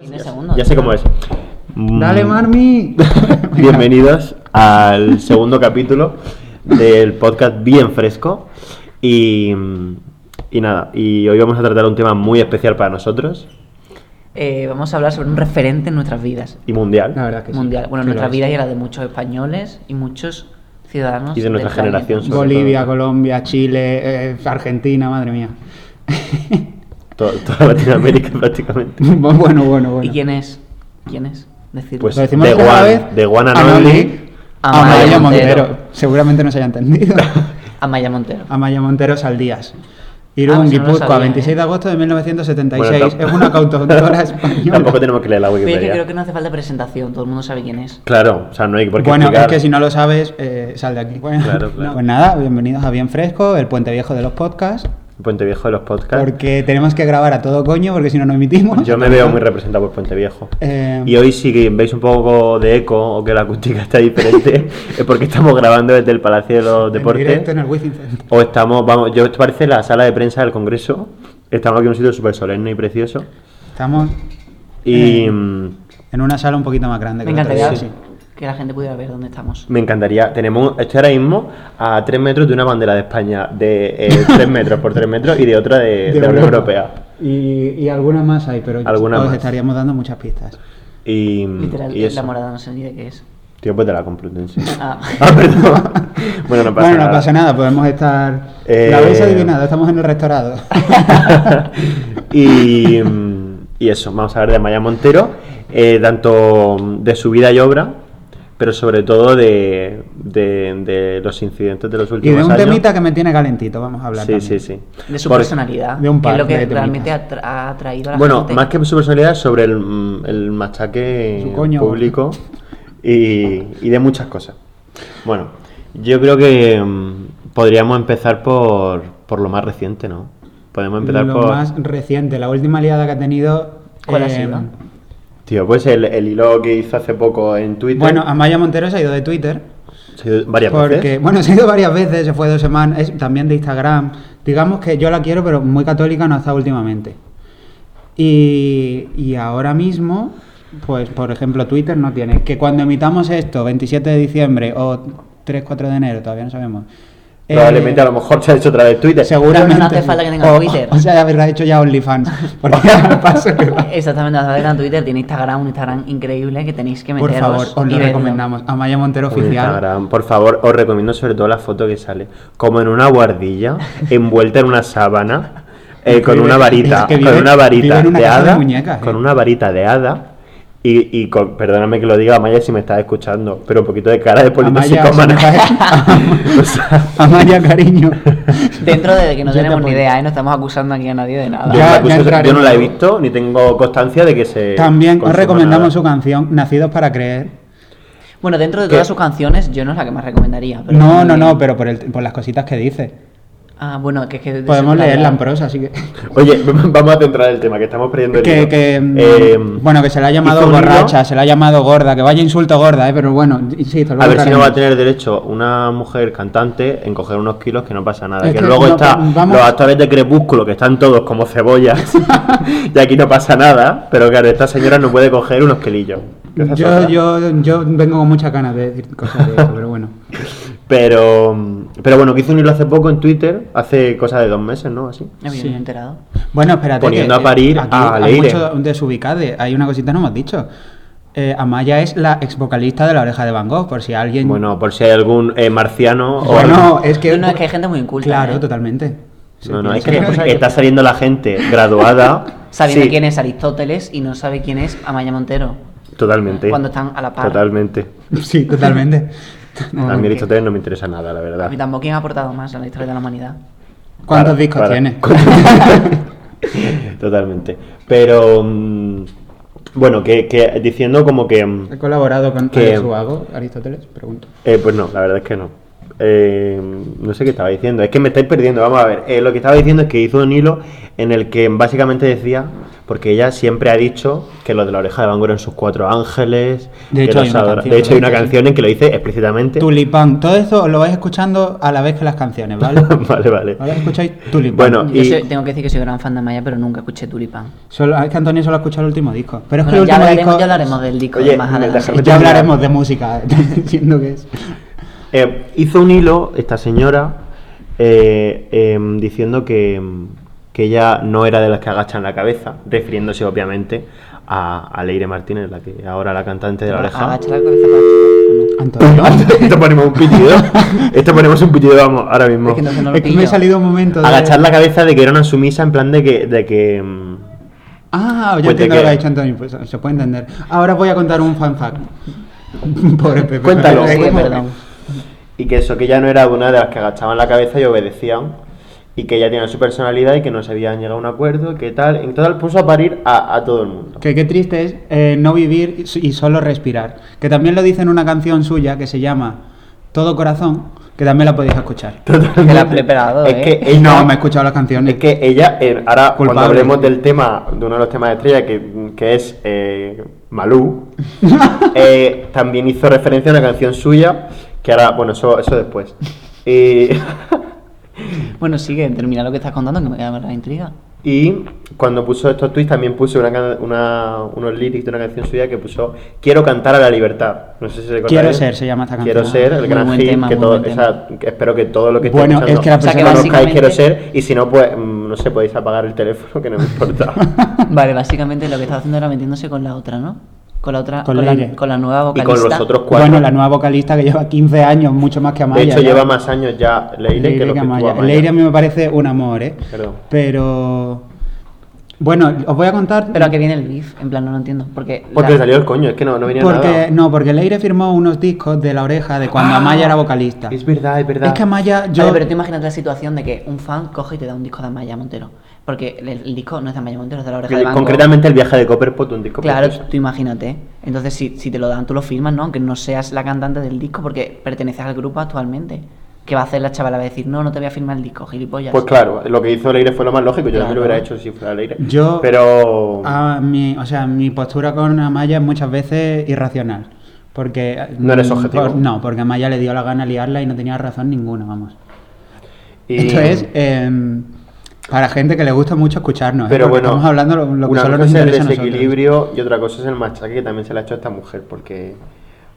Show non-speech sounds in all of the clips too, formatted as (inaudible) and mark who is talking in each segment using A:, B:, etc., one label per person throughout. A: Tiene segundos.
B: Ya sé cómo es.
C: Dale,
B: Mm,
C: Marmi.
B: (laughs) Bienvenidos al segundo capítulo del podcast Bien Fresco. Y, y nada, y hoy vamos a tratar un tema muy especial para nosotros
A: Eh, vamos a hablar sobre un referente en nuestras vidas.
B: y mundial.
C: La verdad que sí.
A: mundial. Bueno, en
C: Sí,
A: nuestras
C: lo es.
A: vidas y la de muchos españoles y muchos ciudadanos.
B: Y de nuestra
A: del planeta.
B: generación, sobre
C: Bolivia,
B: todo.
C: Colombia, Chile, eh, Argentina, madre mía. (laughs)
B: To- toda Latinoamérica (laughs) prácticamente.
C: bueno, bueno, bueno.
A: ¿Y quién es? ¿Quién es? Decirlo.
B: Pues
C: Lo decimos
B: The
C: cada
B: one-
C: vez.
B: the one and
C: Amalia-
B: only.
C: Amaya,
A: Amaya
C: Montero.
A: Montero.
C: Seguramente no se
B: (laughs)
C: haya entendido.
A: Amaya Montero.
C: Amaya Montero Saldías.
A: Ah,
C: Irún,
A: pues no lo
C: Guipúzcoa,
A: sabía,
C: 26
A: ¿eh?
C: de agosto de
B: (laughs)
C: 1976.
B: Bueno, tam-
C: es una
B: (laughs)
C: cautora española.
B: Tampoco tenemos que leer la
A: Pero es que
B: Wikipedia.
A: creo que no hace falta presentación, todo el mundo sabe quién es.
B: Claro, o sea, no hay por qué
C: bueno,
B: explicar.
C: es que si no lo sabes, eh, sal de aquí. Bueno,
B: Claro, claro.
C: no, pues nada, bienvenidos a Bien Fresco, el puente viejo de los podcasts.
B: Puente Viejo de los podcasts.
C: Porque tenemos que grabar a todo coño, porque si no, no emitimos.
B: Yo me veo muy representado por Puente Viejo.
C: Eh,
B: Y hoy sí que veis un poco de eco o que la acústica está
C: (laughs)
B: diferente, es porque estamos grabando desde el Palacio de los
C: En directo
B: Deportes.
C: en el Wizzing Center.
B: O estamos, vamos, yo esto parece la sala de prensa del Congreso. Estamos aquí en un sitio súper solemne y precioso.
C: Estamos
B: Y
C: Eh.
B: mm,
C: en una sala un poquito más grande.
A: Me
C: que la
A: encantaría
C: otra.
B: sí,
A: que la gente pudiera ver dónde estamos.
B: me encantaría. Tenemos, estoy ahora mismo a 3 metros de una bandera de España, de
C: (laughs)
B: 3 metros por 3 metros y de otra de, de la Unión Europea.
C: Y, y algunas más hay, pero
B: Alguna
C: os
B: más.
C: estaríamos dando muchas pistas.
B: Y,
A: Literal,
B: y
A: la
B: eso.
A: morada no sé ni de qué es.
B: Tío, pues de la Complutense.
A: Ah.
B: (laughs) Ah, perdón. (laughs) (laughs) Bueno, no pasa
C: bueno, no
B: nada.
C: pasa nada, podemos estar...
B: Eh,
C: La habéis adivinado, estamos en el restaurado.
B: (laughs)
C: (laughs)
B: y, mm, y eso, vamos a ver de Maya Montero, eh, tanto de su vida y obra, pero sobre todo de, de- de los incidentes de los
C: y
B: últimos
C: de
B: años.
C: un temita que me tiene calentito, vamos a hablar
B: Sí, sí,
C: también.
B: sí.
A: De su
B: Porque-
A: personalidad.
C: de un
A: que es
C: par
A: lo que
C: de temitas.
A: realmente ha, tra- ha atraído a la
B: Bueno,
A: gente.
B: más que su personalidad, sobre el, mm, el machaque
C: Su coño.
B: público y, y de muchas cosas. Bueno, yo creo que mm, podríamos empezar por, por lo más reciente, ¿no? Podemos empezar
C: Lo
B: por...
C: más reciente, la última liada que ha tenido... eh,
A: ¿Cuál ha sido?
B: Tío, pues el, el hilo que hizo hace poco en Twitter.
C: Bueno, Amaya Montero se ha ido de Twitter.
B: Se ha ido varias
C: porque,
B: veces.
C: bueno, (laughs) se ha ido varias veces, se fue dos semanas, es también de Instagram. Digamos que yo la quiero, pero muy católica no ha estado últimamente. Y, y ahora mismo, pues por ejemplo, Twitter no tiene. Que cuando emitamos esto, 27 de diciembre o 3-4 de enero, todavía no sabemos. eh,
B: Probablemente a lo mejor se ha hecho otra vez Twitter.
C: Seguramente.
A: Pero no hace falta que tenga
C: (laughs) o-
A: Twitter.
C: O, sea, ya habrá hecho
A: (laughs)
C: ya OnlyFans. Porque ya (laughs) no pasa que va.
A: Exactamente, la en Twitter tiene Instagram, un Instagram increíble que tenéis que
C: Por
A: meteros
C: favor, os
A: y
C: lo
A: verlo.
C: recomendamos. Amaya Montero
B: Un
C: Oficial.
B: Instagram. Por favor, os recomiendo sobre todo la foto que sale. Como en una
C: (laughs)
B: guardilla, envuelta en una sábana, eh, con
C: Vive-
B: una varita,
C: es que
B: con
C: vive-
B: una varita
C: vive en una
B: de
C: casa de
B: hada.
C: muñecas, eh.
B: Con una varita de hada. Y, y con, perdóname que lo diga, Amaya, si me estás escuchando, pero un poquito de cara de político
C: Amaya,
B: o sea,
C: Amaya, cariño.
A: Dentro de que no
C: (laughs) Yo te
A: tenemos ni
C: apoyo.
A: idea, ¿eh? no estamos acusando aquí a nadie de nada.
B: (laughs) yo, la
C: Ya- ya
B: acuso- yo no
C: entraremos.
B: la he visto, ni tengo constancia de que se.
C: Eh, También os
B: consuma
C: recomendamos
B: nada.
C: su canción Nacidos para Creer.
A: Bueno, dentro de
B: ¿Qué?
A: todas sus canciones, yo no es la que más recomendaría. Ah, pero-
C: No, no, no, pero por, el- por las cositas que dice.
A: Ah, bueno, que es que. de
C: Podemos
A: eso-
C: leerla en prosa, así que.
B: Oye, (laughs) vamos a centrar el tema, que estamos perdiendo el
C: que,
B: hilo.
C: que, mm,
B: Eh,
C: bueno, que se la ha llamado
B: hizo un
C: borracha,
B: hilo.
C: se la ha llamado gorda, que vaya insulto gorda, eh, pero bueno, insisto. luego
B: A ver si no
C: hablaremos.
B: va a tener derecho una mujer cantante en coger unos kilos que no pasa nada.
C: Es
B: que,
C: que
B: luego
C: no,
B: está
C: vamos-
B: los actores de Crepúsculo que están todos como
C: (laughs)
B: cebollas y aquí no pasa nada, pero claro, esta señora no puede coger unos kilillos. que esa es otra.
C: Yo, yo, yo vengo con muchas ganas de decir cosas de eso, pero bueno.
B: Pero, pero bueno, que hizo un hilo hace poco en Twitter, hace cosa de dos meses, ¿no? Así.
A: No me había
C: Sí.
A: enterado.
C: Bueno, espérate.
B: Poniendo
C: que,
B: a parir
C: eh,
B: a
C: hay
B: Leire.
C: mucho desubicade. Hay una cosita que no hemos dicho. Eh, Amaya es la ex vocalista de La Oreja de Van Gogh, por si alguien.
B: Bueno, por si hay algún eh, marciano o.
C: Bueno, es que.
A: No, no, es que hay gente muy inculta.
C: Claro,
A: ¿eh?
C: totalmente. Se
B: No, no, es
C: piensa
B: que
C: una cosa
B: está saliendo la gente graduada.
A: (laughs) Sabiendo
B: Sí,
A: quién es Aristóteles y no sabe quién es Amaya Montero.
B: Totalmente.
A: Cuando están a la par.
B: Totalmente.
C: (laughs)
B: (laughs)
C: Sí, totalmente.
B: A mí
A: porque-
B: Aristóteles no me interesa nada, la
A: A
B: verdad.
A: mí tampoco quién ha aportado más a la historia de la humanidad.
C: ¿Cuántos
B: Para-
C: discos
B: para-
C: tiene?
B: (laughs)
C: (laughs)
B: Totalmente. Pero mm, bueno, que, que diciendo como que mm,
C: He colaborado con
B: Que-
C: Alex Ubago, Aristóteles, pregunto.
B: eh, pues no, la verdad es que no. Eh, no sé qué estaba diciendo. Es que me estáis perdiendo. Vamos a ver. Eh, lo que estaba diciendo es que hizo un hilo en el que básicamente decía Porque ella siempre ha dicho que lo de la oreja de Van Gogh en sus cuatro ángeles.
C: De
B: que
C: hecho,
B: los
C: hay una
B: adora-
C: canción
B: de hecho, hay
C: que
B: una
C: dice-
B: canción en que lo dice explícitamente. (laughs)
C: Tulipán. Todo esto lo vais escuchando a la vez que las canciones,
B: (laughs)
C: ¿vale?
B: vale, vale.
C: Ahora escucháis Tulipán.
B: Bueno,
A: Yo
B: y-
A: soy- tengo que decir que soy gran fan de Maya, pero nunca escuché Tulipán.
C: Solo- es que Antonio solo ha escuchado el último disco. Pero es
A: Bueno,
C: que
A: ya,
C: el
A: hablaremos,
C: último disco.
A: ya hablaremos del disco
B: Oye,
A: más
B: me
A: adelante.
B: dejas-
C: Ya hablaremos de música, (laughs) diciendo que es.
B: Eh, hizo un hilo esta señora eh, em, diciendo que, que ella no era de las que agachan la cabeza, refiriéndose obviamente a, a Leire Martínez, la que ahora la cantante de la oreja.
A: Agacha la cabeza para atrás.
C: Antonio.
B: (laughs)
C: (laughs)
B: Esto ponemos un pitido. Esto ponemos un pitido, vamos, ahora mismo.
A: Es que entonces no lo
C: es que me he
A: pillo.
C: salido un momento. De...
B: Agachar la cabeza de que era una sumisa en plan de que. De que mm,
C: Ah, yo
B: Cuente
C: entiendo
B: que-
C: lo que ha dicho Antonio, pues se puede entender. Ahora voy a contar un fan fact. (laughs) Pobre Pepe.
B: Cuéntalo.
C: Pepe,
A: Oye,
C: Pepe.
A: perdón.
B: y que eso, que ella no era una de las que agachaban la cabeza y obedecían. Y que ella tenía su personalidad y que no se habían llegado a un acuerdo, que tal. En total puso a parir a, a todo el mundo.
C: Que qué triste es eh, no vivir y s- y solo respirar. Que también lo dice en una canción suya que se llama Todo Corazón, que también la podéis escuchar. (laughs)
A: Que la ha preparado,
B: Es
A: ¿eh?
B: que
C: Eh,
B: ella-
C: no, me he escuchado las canciones.
B: Es que ella, eh, ahora cuando
C: Culpable.
B: hablemos del tema, de uno de los temas de estrella, que, que es eh,
C: (laughs)
B: Malú, eh, también hizo referencia a una canción suya, que ahora, bueno, eso, eso después. Y, (laughs)
A: Bueno, sigue, termina lo que estás contando, que me queda la intriga. (laughs)
B: y cuando puso estos tweets también puso una, can- una- unos lyrics de una canción suya que puso Quiero cantar a la libertad. No sé si recordáis.
C: Quiero ser, se llama esta canción.
B: Quiero ser, el
A: Muy
B: gran
A: buen
B: hit,
A: tema,
B: que
A: muy
B: todo-
A: buen tema.
B: esa- que espero que todo lo que estéis
C: Bueno, es
B: escuchando
C: que la
A: O sea, que
B: conozcáis
A: básicamente-
B: Quiero ser y si no, pues mm, no sé, podéis apagar el teléfono que no me
C: (laughs)
B: importa.
A: Vale, básicamente lo que estaba haciendo era metiéndose con la otra, ¿no? Con la otra,
C: Con
A: con, la,
C: Leire.
A: con la nueva
B: y
A: vocalista.
B: con los otros cuatro.
C: (laughs) Bueno, la nueva vocalista que lleva 15 años, mucho más que Amaya.
B: de hecho,
C: ya.
B: lleva más años ya Leire,
C: Leire
B: que lo
C: que
B: que tuvo
C: Amaya.
B: Amaya.
C: Leire a mí me parece un amor, ¿eh?
B: Perdón.
C: Pero. Bueno, os voy a contar.
A: Pero a qué viene el beef, en plan, no lo entiendo. Porque,
B: Porque
A: la-
B: salió el coño, es que no, no venía
C: porque,
B: nada.
C: No, porque Leire firmó unos discos de la oreja de cuando
B: Ah,
C: Amaya era vocalista.
B: Es verdad, es verdad.
C: Es que Amaya, yo.
A: Vale, pero tú imagínate la situación de que un fan coge y te da un disco de Amaya Montero. Porque el, el disco no es de Amaya Montero, es de la oreja de Van Gogh.
B: Eh, Concretamente el viaje de Copperpot, un disco pues,
A: Claro,
B: precioso.
A: tú imagínate. Entonces, si, si te lo dan, tú lo firmas, ¿no? Aunque no seas la cantante del disco, porque perteneces al grupo actualmente. ¿Qué va a hacer la chavala? Va a decir, no, no te voy a firmar el disco, gilipollas.
B: Pues claro, lo que hizo Leire fue lo más lógico. Yo también
A: Claro.
B: lo hubiera hecho si fuera Leire.
C: Yo-
B: Pero.
C: Ah, mi, o sea, mi postura con Amaya es muchas veces irracional. Porque.
B: No eres
C: mm,
B: objetivo.
C: por- no, porque Amaya le dio la gana liarla y no tenía razón ninguna, vamos.
B: y-
C: Esto es em, para gente que le gusta mucho escucharnos. ¿eh?
B: Pero
C: Porque
B: bueno,
C: estamos hablando lo, lo que
B: una
C: solo
B: cosa
C: nos
B: es el
C: interesa a nosotros.
B: desequilibrio y otra cosa es el machaque que también se le ha hecho a esta mujer, porque,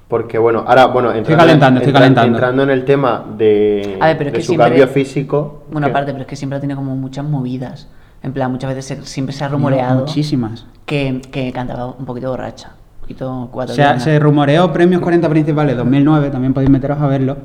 B: porque bueno, ahora, bueno, entrando,
C: calentando, estoy
B: entra-
C: calentando.
B: entrando en el tema de,
A: A ver, pero es
B: de
A: que
B: su
A: siempre-
B: cambio físico.
A: Bueno,
B: que-
A: aparte, pero es que siempre tiene como muchas movidas. En plan, muchas veces se- siempre se ha rumoreado
C: Muchísimas.
A: que, que cantaba un poquito borracha. Un poquito cuatro.
C: O sea,
A: piernas.
C: se rumoreó Premios 40 Principales 2009, también podéis meteros a verlo,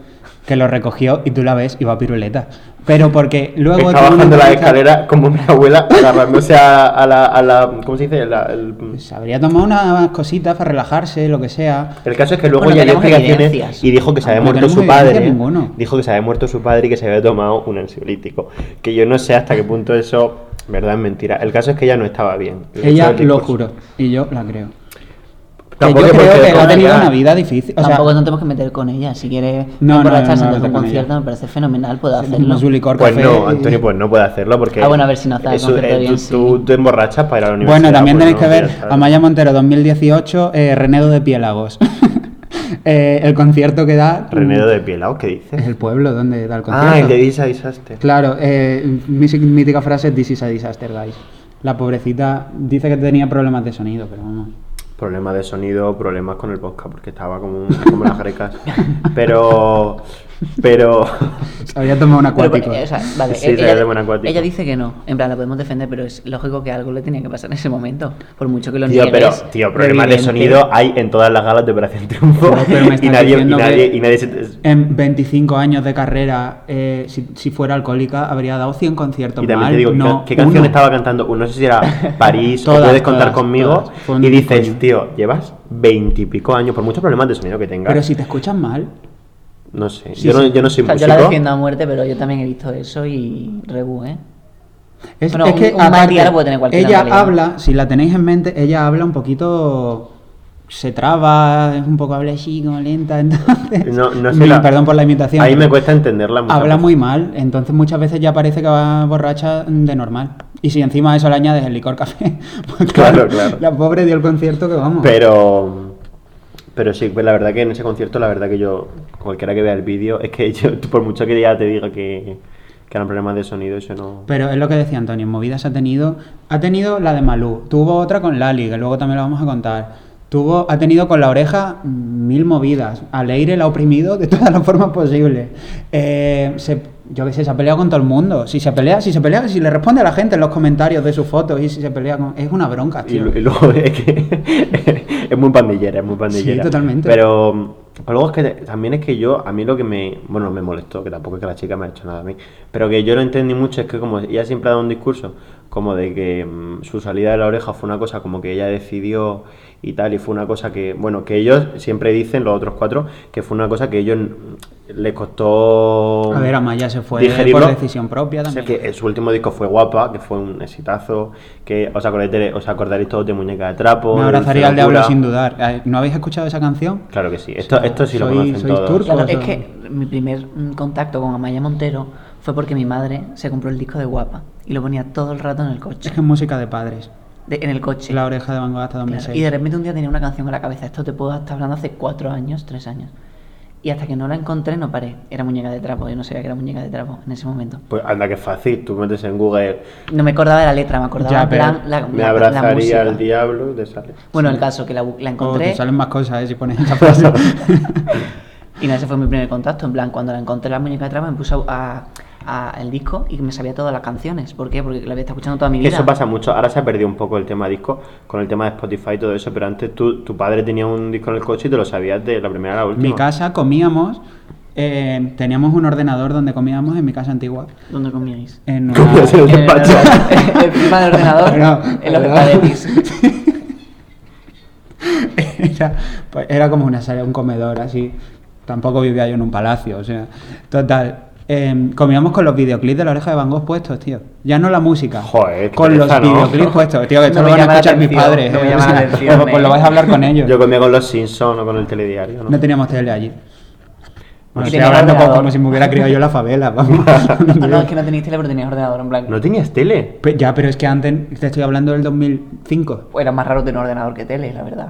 C: que lo recogió y tú la ves y va a piruleta. Pero porque luego...
B: Está
C: tuvo una
B: bajando la
C: entrevista-
B: escalera como mi abuela agarrándose a, a la, a la- ¿Cómo se dice? La- el,
C: Se pues, habría tomado unas cositas para relajarse, lo que sea.
B: el caso es que luego
A: Bueno,
B: ya dio
A: tenemos
B: explicaciones
A: evidencias.
B: y dijo que se había
C: No
B: muerto
C: tenemos
B: su padre.
C: evidencia ninguno.
B: Dijo que se había muerto su padre y que se había tomado un ansiolítico. Que yo no sé hasta qué punto eso, verdad, es mentira. El caso es que ella no estaba bien. El
C: Ella
B: hecho del
C: lo
B: discurso.
C: juró y yo la creo. Que
B: pues Tampoco
C: yo
B: porque
C: creo que
B: después
C: ha tenido
B: ya-
C: una vida difícil. O sea,
A: Tampoco no tenemos que meter con ella. Si quiere
C: No, no,
A: emborracharse
C: no, no,
A: antes de un
C: con
A: concierto,
C: ella.
A: me parece fenomenal, puede hacerlo.
C: con su licor
B: Pues
C: café
B: no,
C: y-
B: Antonio, pues no puede hacerlo porque.
A: Ah, bueno, a ver si no está el
B: eso,
A: concierto
B: eh,
A: bien,
B: tú,
A: sí.
B: tú te emborrachas para ir a la universidad.
C: Bueno, también
B: pues
C: tenéis que
B: no,
C: ver
B: ya está.
C: Amaya Montero 2018, eh, Renedo de Piélagos. (laughs) Eh, el concierto que da.
B: Renedo de Pielao, ¿qué
C: Es
B: dices?
C: el pueblo donde da el concierto.
B: Ah, el de Disa Disaster.
C: Claro, eh, mi si- mítica frase es This is a disaster, guys. La pobrecita dice que tenía problemas de sonido, pero vamos.
B: Problemas de sonido, problemas con el podcast, porque estaba como, un- como las grecas.
C: (laughs)
B: Pero. Pero.
C: Se había tomado un
A: Pero,
C: acuático.
A: eh, o sea, vale,
B: Sí,
A: eh,
B: la de buen acuático.
A: ella dice que no. En plan, la podemos defender, pero es lógico que algo le tenía que pasar en ese momento. Por mucho que lo
B: Tío, pero,
A: niegues.
B: tío, problemas de
A: evidente.
B: sonido hay en todas las galas de Operación Triunfo.
C: Pero- pero
B: (laughs)
C: me
B: y
C: estás
B: nadie, y
C: diciendo
B: nadie,
C: que-
B: y nadie se te-
C: En 25 años de carrera, eh, si, si fuera alcohólica, habría dado 100 conciertos.
B: Y también
C: mal,
B: te digo, ¿qué
C: no
B: ca- ¿qué canción
C: uno.
B: estaba cantando? No sé si
C: (laughs)
B: era París o
C: Todas,
B: Puedes contar
C: todas,
B: conmigo.
C: todas. Fue un
B: Y dices,
C: coño.
B: tío, llevas veintipico años, por muchos problemas de sonido que tengas.
C: Pero si te escuchan mal,
B: No sé,
C: Sí,
B: yo, No,
C: sí.
B: yo no soy
A: O sea,
B: músico.
A: yo la defiendo a muerte, pero yo también he visto eso y rebu, ¿eh?
C: Es,
A: Bueno,
C: es
A: un-
C: que
A: un mal
C: aparte,
A: día lo puede tener cualquiera,
C: Ella
A: en realidad.
C: habla, si la tenéis en mente, ella habla un poquito. Se traba, es un poco habla así, como lenta. (laughs) Entonces,
B: No, no sé
C: Mi-
B: la-
C: Perdón por la imitación.
B: A mí me
C: pero
B: cuesta entenderla muchas
C: Habla
B: veces.
C: muy mal, entonces muchas veces ya parece que va borracha de normal. Y si encima a eso le añades el licor café, (laughs) pues
B: Claro, claro.
C: La pobre dio el concierto que vamos.
B: Pero. Pero sí, pues la verdad que en ese concierto, la verdad que yo, cualquiera que vea el vídeo, es que (laughs) yo, por mucho que ya te diga que, que eran problemas de sonido, eso no.
C: Pero es lo que decía Antonio, en movidas ha tenido, ha tenido la de Malú, tuvo otra con Lali, que luego también la vamos a contar. Tuvo, ha tenido con la oreja mil movidas. A Leire la ha oprimido de (laughs) todas las formas posibles. Eh, se- yo qué sé, se ha peleado con todo el mundo. Si se pelea, si se pelea, si le responde a la gente en los comentarios de sus fotos y si se pelea con. Es una bronca,
B: Y,
C: tío.
B: lu- y luego (laughs) es que (laughs) es muy pandillera, es muy pandillera.
C: Sí, totalmente.
B: Pero, pero luego es que te- también es que yo, a mí lo que me, bueno, me molestó, que tampoco es que la chica me ha hecho nada a mí, pero que yo no entendí mucho es que como ella siempre ha dado un discurso como de que mm, su salida de la oreja fue una cosa como que ella decidió y tal, y fue una cosa que, bueno, que ellos siempre dicen, los otros cuatro, que fue una cosa que ellos mm, les costó...
C: A ver, Amaya se fue
B: digerirlo.
C: por decisión propia también.
B: Que su último disco fue Guapa, que fue un exitazo, que os acordáis, de- os acordaréis todos de Muñeca de Trapo.
C: Me
B: de
C: abrazaría al
B: Dulce Locura.
C: diablo sin dudar. Eh, ¿No habéis escuchado esa canción?
B: Claro que sí, esto, esto sí lo
C: Soy-
B: conocen
C: soy
B: todos.
C: turco.
A: Claro,
C: Cosa.
A: es que mi primer mm, contacto con Amaya Montero fue porque mi madre se compró el disco de Guapa y lo ponía todo el rato en el
C: Es
A: coche.
C: que es música de padres.
A: de- en el coche.
C: La oreja de Van Gogh hasta
A: Claro,
C: 2006.
A: Y de repente un día tenía una canción en la cabeza. Esto te puedo estar hablando hace cuatro años, tres años. Y hasta que no la encontré no paré. Era muñeca de trapo. Yo no sabía que era muñeca de trapo en ese momento.
B: Pues anda que fácil, tú metes en Google,
A: No me acordaba de la letra, me acordaba
C: Ya,
A: en
C: pero
A: plan la, la-
B: me
A: la
B: abrazaría
A: música.
B: al diablo, te sale.
A: Bueno, el caso que la, bu- la
C: Oh,
A: encontré
C: te salen más cosas eh, si pones esa frase. (laughs)
A: y nada, ese fue mi primer contacto. En plan, cuando la encontré la muñeca de trapo me puse a, a- a el disco y me sabía todas las canciones. ¿Por qué? Porque la había estado escuchando toda mi
B: Que
A: vida.
B: eso pasa mucho, ahora se ha perdido un poco el tema disco con el tema de Spotify y todo eso, pero antes tú, tu padre tenía un disco en el coche y te lo sabías de la primera a la
C: en
B: última.
C: mi casa comíamos, eh, teníamos un ordenador donde comíamos en mi casa antigua.
A: ¿Dónde
C: (laughs)
A: comíais?
C: En una-
B: ¿Cómo se lo
A: En (laughs) el
B: despacho?
A: ordenador. Encima del ordenador,
C: (laughs) No,
A: en los
C: no.
A: espaguetis.
C: (laughs) era, pues, era como una sala, un comedor así. Tampoco vivía yo en un palacio, o sea. Total. eh, comíamos con los videoclips de la oreja de Van Gogh puestos, tío. Ya no la música.
B: Joder, qué
C: Con los
B: pereza, ¿no?
C: videoclips puestos, tío, que esto
A: No
C: lo
A: me
C: van a
A: llama la
C: escuchar mis
A: atención,
C: padres.
A: no me
C: eh,
A: llama
C: (laughs)
A: la atención,
C: pues, pues lo
A: eh.
C: vais a hablar con ellos.
B: Yo comía con los Simpsons o con el telediario, ¿no?
C: No teníamos tele allí.
A: Y
C: Bueno, estoy
A: tenía
C: hablando como,
A: ordenador.
C: como si me hubiera criado yo en la favela, vamos.
A: (laughs) Ah, no, es que no teníais tele, pero teníais ordenador, en plan.
B: ¿No tenías tele?
C: Pe- Ya, pero es que antes te estoy hablando del 2005.
A: Era más raro tener ordenador que tele, la verdad.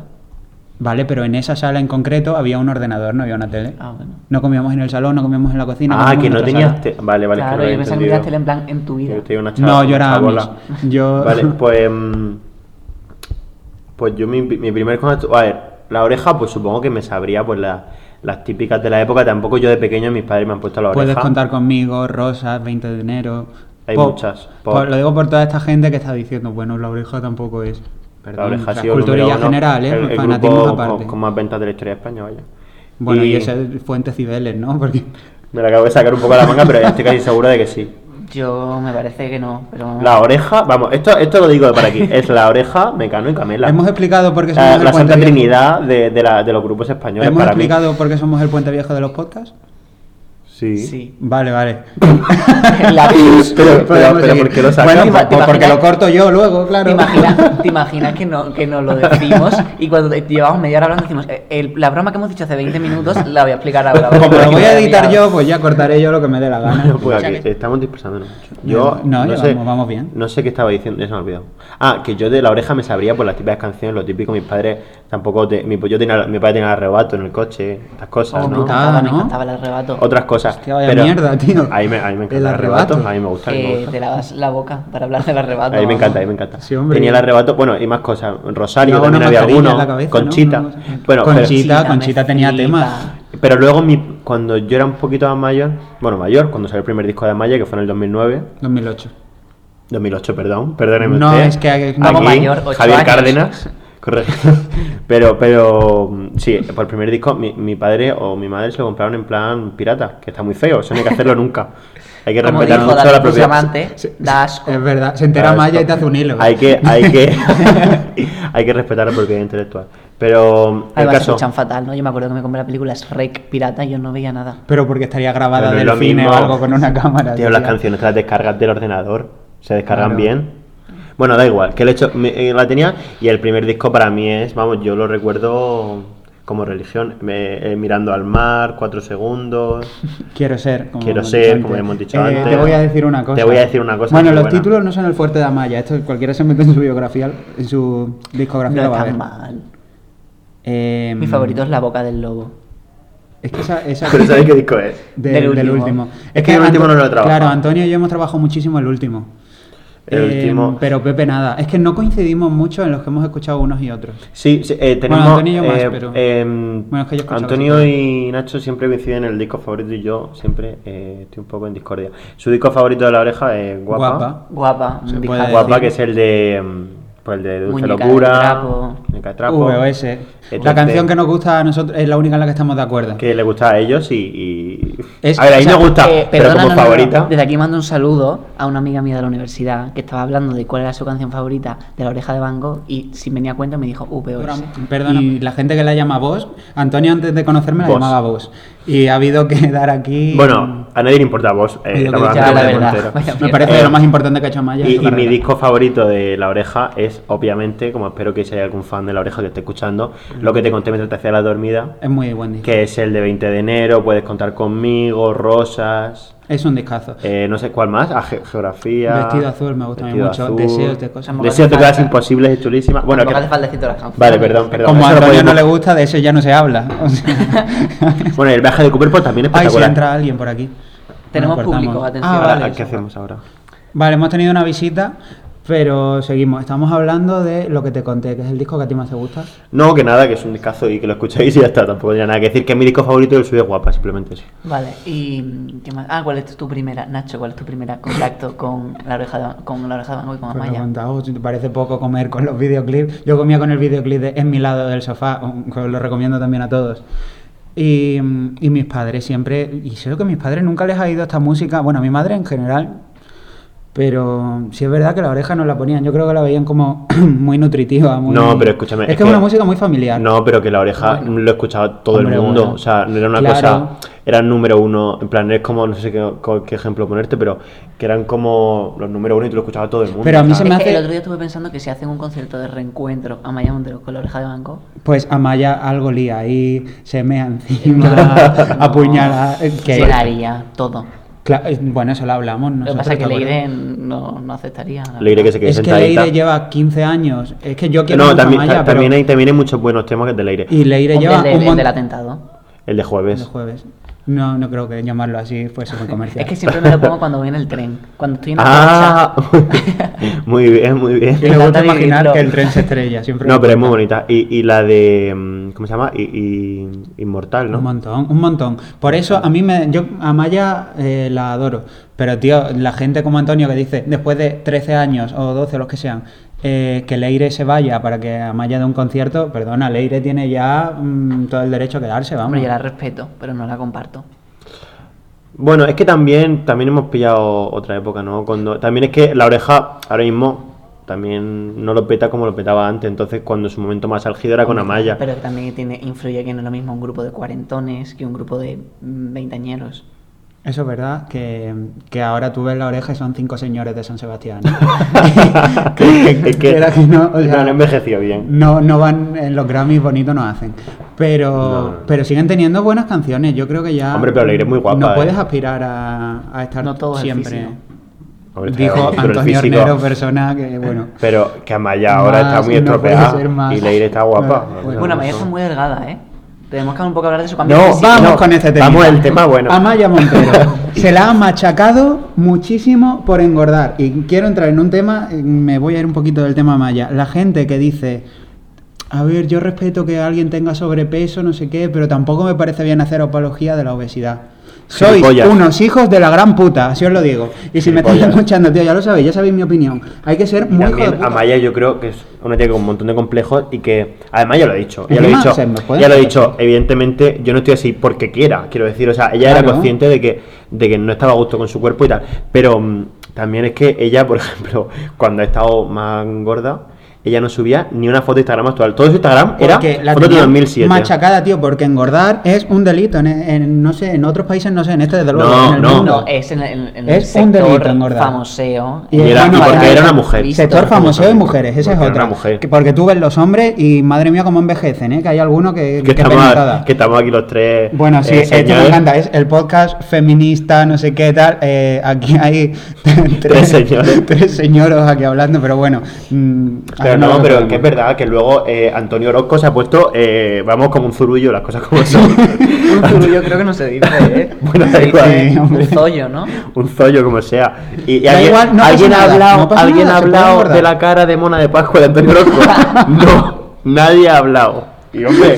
C: Vale, pero en esa sala en concreto había un ordenador, no había una tele.
A: Ah, bueno.
C: No comíamos en el salón, no comíamos en la cocina.
B: ah,
C: comíamos
B: que
C: en
B: no
C: otra
B: tenías
C: sala.
B: tele. Vale, vale, es
A: claro,
B: que no lo
A: yo
B: había
A: pensaba que tenías
B: entendido.
A: tele en plan en tu vida.
B: Yo tenía una
C: No,
B: chava-
C: yo era
B: chabola.
C: Amish. Yo-
B: Vale, pues. mm, Pues yo, mi, mi primer contacto. A ver, la oreja, pues supongo que me sabría, pues la- las típicas de la época. Tampoco yo de pequeño mis padres me han puesto la oreja.
C: Puedes contar conmigo, Rosas, 20 de enero.
B: Hay muchas,
C: por-
B: por-
C: lo digo por toda esta gente que está diciendo, bueno, la oreja tampoco es. Perdón,
B: La oreja
C: o
B: ha
C: sea,
B: sido
C: culturilla
B: número uno,
C: general, ¿eh?
B: el- el
C: fanatismo
B: grupo
C: aparte.
B: Con, con más ventas de la historia de España, vaya.
C: Bueno, y,
B: Y-
C: ese es Fuentes Cibeles, ¿no? (laughs) Porque
B: Me la acabo de sacar un poco de la manga, pero estoy casi seguro de que sí.
A: Yo me parece que no, pero.
B: La oreja, vamos, esto, esto lo digo de para aquí. Es la oreja, mecano y camela.
C: hemos explicado por qué somos
B: la,
C: el
B: la
C: Puente
B: Santa
C: Viejo.
B: Trinidad de, de la- de los grupos españoles.
C: ¿Hemos
B: para mí.
C: explicado por qué somos el puente viejo de los podcasts?
B: Sí.
A: Sí.
C: Vale, vale.
A: (laughs)
C: (laughs)
A: La
B: Pero, (laughs) pero,
C: Podemos
B: pero
C: seguir.
B: ¿por qué lo sacas?
C: Bueno,
A: Te ima- te
C: pues porque
A: imaginas-
C: lo corto yo luego, claro.
A: ¿Te
C: (laughs)
A: imaginas, te imaginas que, no, que no lo decimos y cuando te- llevamos media hora hablando decimos, "Eh, el- la broma que hemos dicho hace 20 minutos la voy a explicar ahora.
C: Como
A: porque
C: lo voy
A: me
C: a
A: he
C: editar
A: liado".
C: yo, pues ya cortaré yo lo que me dé la gana.
B: Bueno, pues
A: Ya
B: aquí,
A: que-
B: estamos dispersándonos mucho.
C: No, no, ya vamos, vamos bien.
B: No sé qué estaba diciendo, ya se me ha olvidado. Ah, que yo de la oreja me sabría por las típicas canciones, lo típico, mis padres tampoco... Te, mi, yo tenía, mi padre tenía el arrebato en el coche, estas cosas,
A: Oh, me
B: ¿no?
C: puta.
A: encantaba, me
C: ¿no?
A: encantaba el arrebato.
B: Otras cosas.
C: Hostia, vaya mierda, tío.
B: A mí me, a mí me encanta
C: El
B: el arrebato,
C: arrebato.
B: a mí me gusta. a mí me
A: Que
B: gusta.
A: te lavas la boca para hablar del arrebato.
B: A mí me
A: vamos.
B: encanta, a mí me encanta.
C: Sí, hombre.
B: Tenía el arrebato, bueno, y más cosas. Rosario
C: Luego
B: también
C: una
B: había
C: mascarilla
B: alguno.
C: en la cabeza, ¿no?
B: Conchita.
C: Una cosa-
B: Bueno, pero-
C: Conchita.
A: me
C: Conchita tenía
A: flipa.
C: temas.
B: Pero luego, mi, cuando yo era un poquito más mayor, bueno, mayor, cuando salió el primer disco de Amaya, que fue en el 2009,
C: 2008.
B: 2008, perdón, perdóneme
C: No,
B: usted.
C: es que hay-
A: Como mayor, ocho
B: Javier
A: años.
B: Cárdenas,
A: (laughs)
B: correcto. Pero, pero, mm, sí, por el primer disco, mi, mi padre o mi madre se lo compraron en plan pirata, que está muy feo, eso no hay que hacerlo nunca. Hay que
A: Como
B: respetar
A: dijo
B: mucho la
A: David
B: propiedad.
A: Bustamante, da asco.
C: Es verdad, se entera
B: Claro,
C: Maya
B: esto-
C: y te hace un hilo.
B: Hay que, hay que, hay que (laughs) respetar la propiedad intelectual. Pero, el
A: Además se
B: caso,
A: escuchan fatal, ¿no? Yo me acuerdo que me compré la película Shrek Pirata y yo no veía nada.
C: (laughs) Pero porque estaría grabada
B: Pero no es
C: del
B: lo
C: cine
B: mismo.
C: o algo con una cámara.
B: tío,
C: tío.
B: las canciones te las descargas del ordenador, se descargan
C: Claro.
B: bien. Bueno, da igual, que el hecho, me- eh, la tenía y el primer disco para mí es, vamos, yo lo recuerdo como religión, me- eh, mirando al mar, cuatro
C: (laughs)
B: segundos. (laughs)
C: Quiero ser, como
B: Quiero
C: hemos
B: ser,
C: dicho
B: como
C: antes.
B: hemos dicho
C: Eh,
B: antes.
C: Te voy a decir una cosa.
B: Te voy a decir una cosa
C: Bueno,
B: muy
C: los
B: buena.
C: títulos no son el fuerte de Amaya. Esto cualquiera se mete en su biografía, en su discografía.
A: No
C: lo va
A: es
C: a
A: tan
C: ver.
A: mal.
C: Eh,
A: Mi favorito es La Boca del Lobo.
C: Es que esa. esa
B: (laughs) Pero ¿sabéis qué disco es?
C: del,
A: Del
C: del
A: último.
C: último.
B: Es que el último
C: Anto-
B: no lo he trabajado.
C: Claro, Antonio y yo hemos trabajado muchísimo el último.
B: El último-
C: Eh, Pero Pepe nada. Es que no coincidimos mucho en los que hemos escuchado unos y otros.
B: Sí, sí, eh, tenemos.
C: Bueno, Antonio y yo más,
B: eh,
C: pero-
B: em,
C: Bueno, es que yo escuchaba
B: Antonio
C: casi
B: y Nacho siempre coinciden en el disco favorito y yo siempre eh, estoy un poco en discordia. Su disco favorito de la oreja es Guapa.
C: Guapa.
A: Guapa,
C: Se
A: un
C: puede
A: discazo.
B: Guapa,
C: decir.
B: que es el de. mm, Pues el de Dulce
A: Muñeca de
B: Locura.
A: Trapo.
B: Muñeca de Trapo.
C: VOS.
B: Entonces,
C: La canción que nos gusta a nosotros es la única en la que estamos de acuerdo.
B: que le gusta a ellos y. y-
C: Es-
B: a ver, a mí
C: o sea,
B: me gusta,
A: Eh,
B: pero
A: perdona,
B: como
A: no, no, no.
B: favorita.
A: Desde aquí mando un saludo a una amiga mía de la universidad que estaba hablando de cuál era su canción favorita de La Oreja de Van Gogh y sin venir a cuenta me dijo "Uh, UPOS.
C: Perdona, y la gente que la llama vos, Antonio antes de conocerme la
B: Vos.
C: llamaba vos. Y ha habido que (laughs) dar aquí.
B: Bueno, a nadie le importa vos. eh,
C: Y lo que
B: verdad,
C: dice,
B: no
C: la
B: me
C: verdad.
B: entero.
A: (laughs) Vaya
C: me
A: mierda.
C: parece
B: Eh,
C: lo más importante que ha hecho Maya. en su
B: Y, y mi
C: carrera.
B: disco favorito de La Oreja es, obviamente, como espero que si hay algún fan de La Oreja que esté escuchando, lo que te conté mientras te hacía la dormida,
C: Es muy buen disco.
B: que es el de 20 de enero, puedes contar conmigo, rosas,
C: Es un discazo.
B: eh, no sé cuál más, a ge- geografía.
C: Vestido azul me gusta a mí
B: Vestido
C: mucho, deseos de cosas.
A: Tampoco
B: Deseos de
A: hace
B: cosas
A: falta.
B: imposibles y chulísimas. Bueno,
A: Tampoco
B: que-
A: hace falta decir todas las canciones.
B: Vale, perdón, perdón.
C: Como a
B: eso lo
C: Antonio no le
B: podemos-
C: gusta, de eso ya no se habla.
B: (laughs)
C: O sea,
B: Bueno, y el viaje de Cooper pues, también es
C: Ay, si
B: espectacular.
C: entra alguien por aquí.
A: Tenemos
C: Bueno, cortamos.
A: público, atención.
C: Ah,
B: Ahora,
C: vale,
B: ¿Qué
C: eso,
B: hacemos ahora?
C: Vale, hemos tenido una visita, pero seguimos. Estamos hablando de lo que te conté, que es el disco que a ti más te gusta.
B: No, que nada, que es un discazo y que lo escucháis y ya está. Tampoco tenía nada que decir que es mi disco favorito y el suyo es guapa, simplemente eso.
A: Vale, y mm, ¿qué más? Ah, ¿cuál es tu primera, Nacho, cuál es tu primer contacto con la oreja de, con la oreja de Van Gogh y con
C: Pues
A: Amaya?
C: aguanta, oh, si te parece poco comer con los videoclips. Yo comía con el videoclip de En mi lado del sofá, (laughs) un- que os lo recomiendo también a todos. Y, mm, y mis padres siempre, y sé que a mis padres nunca les ha ido esta música, bueno, a mi madre en general, pero sí es verdad que la oreja no la ponían, yo creo que la veían como (clears throat) muy nutritiva. Muy,
B: No, pero escúchame,
C: Es,
B: es
C: que es una
B: que-
C: música muy familiar.
B: No, pero que la oreja
C: Bueno.
B: lo escuchaba todo
C: Hombre,
B: el mundo.
C: bueno.
B: O sea, no era una
C: Claro.
B: cosa. Era el número uno. En plan, es como, no sé qué, co- qué ejemplo ponerte, pero que eran como los número uno y te lo escuchaba todo el mundo.
C: Pero a mí
B: ¿sabes?
C: se me
A: Es que
C: hace-
A: el otro día estuve pensando que si hacen un concierto de reencuentro Amaya Montero con la oreja de Van
C: (laughs)
A: Gogh,
C: Pues Amaya algo lía ahí, se mea encima,
A: (laughs) Ah.
C: apuñala. eh, que-
A: se daría todo.
C: Cla- eh, bueno, eso lo hablamos.
A: Lo que
C: nosotros,
A: pasa es que
C: ¿te acuerdas?
A: Leire no, no aceptaría. la
B: Le diré que
A: verdad.
B: se quede
C: Es que
B: sentadita.
C: Leire lleva 15 años. Es que yo quiero
B: No,
C: mucho a
B: también,
C: Maya,
B: ta-
C: pero-
B: también, hay, también hay muchos buenos temas que es de Leire.
C: Y Leire
A: Hombre,
C: lleva
A: el del-
C: un
A: el del
C: montón
A: atentado.
B: El de
C: de
B: jueves.
C: jueves. No, no creo que llamarlo así fuese muy comercial.
A: Es que siempre me lo pongo cuando voy en el tren. Cuando estoy en la (laughs)
B: Ah,
A: plancha.
B: (laughs) muy bien, muy bien.
C: Y me gusta
A: Intenta
C: imaginar
A: dividirlo.
C: que el tren se estrella. Siempre
B: No,
C: me
B: pero es muy
C: gusta.
B: bonita. Y, y la de. mm, ¿Cómo se llama? Y, y- Inmortal, ¿no?
C: Un montón, un montón. Por eso a mí me. Yo a Maya eh, la adoro. Pero, tío, la gente como Antonio que dice, después de 13 años o 12, los que sean, eh, que Leire se vaya para que a Maya dé un concierto, perdona, Leire tiene ya mm, todo el derecho a quedarse, vamos.
A: Hombre, yo la respeto, pero no la comparto.
B: Bueno, es que también, también hemos pillado otra época, ¿no? Cuando, también es que la oreja ahora mismo también no lo peta como lo petaba antes, entonces cuando su momento más álgido era con Amaya. (laughs)
A: Pero que también tiene, influye que no es lo mismo un grupo de cuarentones que un grupo de mm, veinteañeros.
C: Eso es verdad, que, que ahora tú ves la oreja y son cinco señores de San Sebastián.
B: es que,
C: Era (laughs) que no, o
B: no,
C: sea,
B: no envejeció bien.
C: No, no van en los Grammys bonitos no hacen. Pero,
B: No, no.
C: pero siguen teniendo buenas canciones. Yo creo que ya.
B: Hombre, pero Leire es muy guapa,
C: No
B: eh.
C: puedes aspirar a, a estar
A: No todo es el
C: siempre.
A: físico.
B: Hombre, está
C: Dijo
B: bien, pero el
C: Antonio
B: físico-
C: Arnero, persona que, bueno.
B: Pero que Amaya ahora
C: Más,
B: está muy
C: no puede
B: estropeada
C: ser más.
B: y Leire está guapa.
C: Bueno,
B: O sea,
C: bueno.
A: Bueno, Amaya
B: eso-
A: está muy delgada, ¿eh? Tenemos que un poco hablar de su cambio
B: No,
A: físico.
C: Vamos
B: no,
C: con este tema.
B: Vamos al tema bueno.
C: Amaya Montero.
B: (laughs)
C: se la ha machacado muchísimo por engordar. Y quiero entrar en un tema, eh, me voy a ir un poquito del tema Amaya. La gente que dice, a ver, yo respeto que alguien tenga sobrepeso, no sé qué, pero tampoco me parece bien hacer apología de la obesidad. Sois
B: Gilipollas.
C: unos hijos de la gran puta, así os lo digo. Y si me estáis
B: Gilipollas.
C: escuchando, tío, ya lo sabéis, ya sabéis mi opinión. Hay que ser
B: Y
C: muy hijo de
B: también
C: puta.
B: Amaya yo creo que es una tía con un montón de complejos y que además ya lo he dicho, ya lo he
C: Encima,
B: dicho,
C: o sea, nos pueden
B: ya lo he
C: hacer-
B: dicho, evidentemente yo no estoy así porque quiera, quiero decir, o sea, ella era
C: Claro.
B: consciente de que, de que no estaba a gusto con su cuerpo (laughs) y tal, pero mm, también es que ella, por ejemplo, cuando ha estado más gorda, ella no subía ni una foto de Instagram actual. Todo su Instagram era
C: Porque la
B: foto de
C: tenía
B: 2007.
C: Machacada, tío, porque engordar es un delito. En, en- no sé, en otros países, no sé, en este desde luego.
B: No,
C: en el
B: no.
C: mundo.
A: No, es en, en- en el
C: Es un
A: sector
C: delito engordar.
A: famoseo.
C: Y era- y porque era una
B: mujer.
A: Visto.
C: Sector famoseo y mujeres, esa es
B: Porque era
C: otra.
B: una mujer.
C: Que- Porque tú ves los hombres y madre mía cómo envejecen, ¿eh? Que hay alguno que,
B: Que
C: que
B: estamos,
C: penitada.
B: que estamos aquí los tres.
C: Bueno, sí,
B: eh,
C: este me
B: señores.
C: encanta. Es el podcast feminista, no sé qué tal. eh, aquí hay (laughs)
B: Tres señores.
C: tres señoros aquí hablando, pero bueno. mm,
B: Pero
C: ahora
B: no,
C: lo
B: pero
C: tocamos.
B: que es verdad que luego eh, Antonio Orozco se ha puesto, eh, vamos, como un zurullo, las cosas como
C: (laughs)
B: son.
A: Un zurullo creo que no se dice, ¿eh?
B: (laughs) Bueno, da
A: se
B: igual.
A: dice
C: Sí, hombre.
A: un zollo, ¿no?
B: un zollo, como sea. Y, y
C: Da
B: alguien,
C: igual, no pasa
B: ¿alguien ha
C: nada,
B: hablado,
C: no pasa
B: ¿alguien
C: nada,
B: ha
C: se puede
B: hablado
C: abordar.
B: de la cara de mona de Pascua de Antonio
C: (laughs)
B: Orozco? no, nadie ha hablado. Y hombre,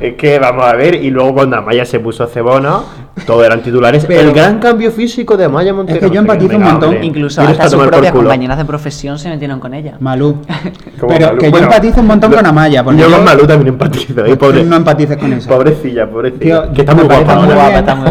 B: es que vamos a ver, y luego cuando Amaya se puso cebona, todos eran titulares.
C: Pero-
B: el gran cambio físico de Amaya Montero.
C: yo empatizo un
B: venga,
C: montón,
B: hombre,
A: Incluso
B: tienes
A: hasta
B: que
A: sus
B: tomar por
A: propias
B: culo.
A: compañeras de profesión se metieron con ella.
C: Malú.
B: Como
C: Pero
B: Malú.
C: que
B: Bueno,
C: yo empatizo un montón
B: yo-
C: con Amaya. porque
B: Yo con Malú también empatizo, ¿eh?
C: tú
B: pobre.
C: no empatices con eso.
B: Pobrecilla, pobrecilla.
C: Tío,
B: que está
C: me
B: muy
C: parece
B: guapa
C: muy
B: ahora.
C: bien.
A: Guapa, está muy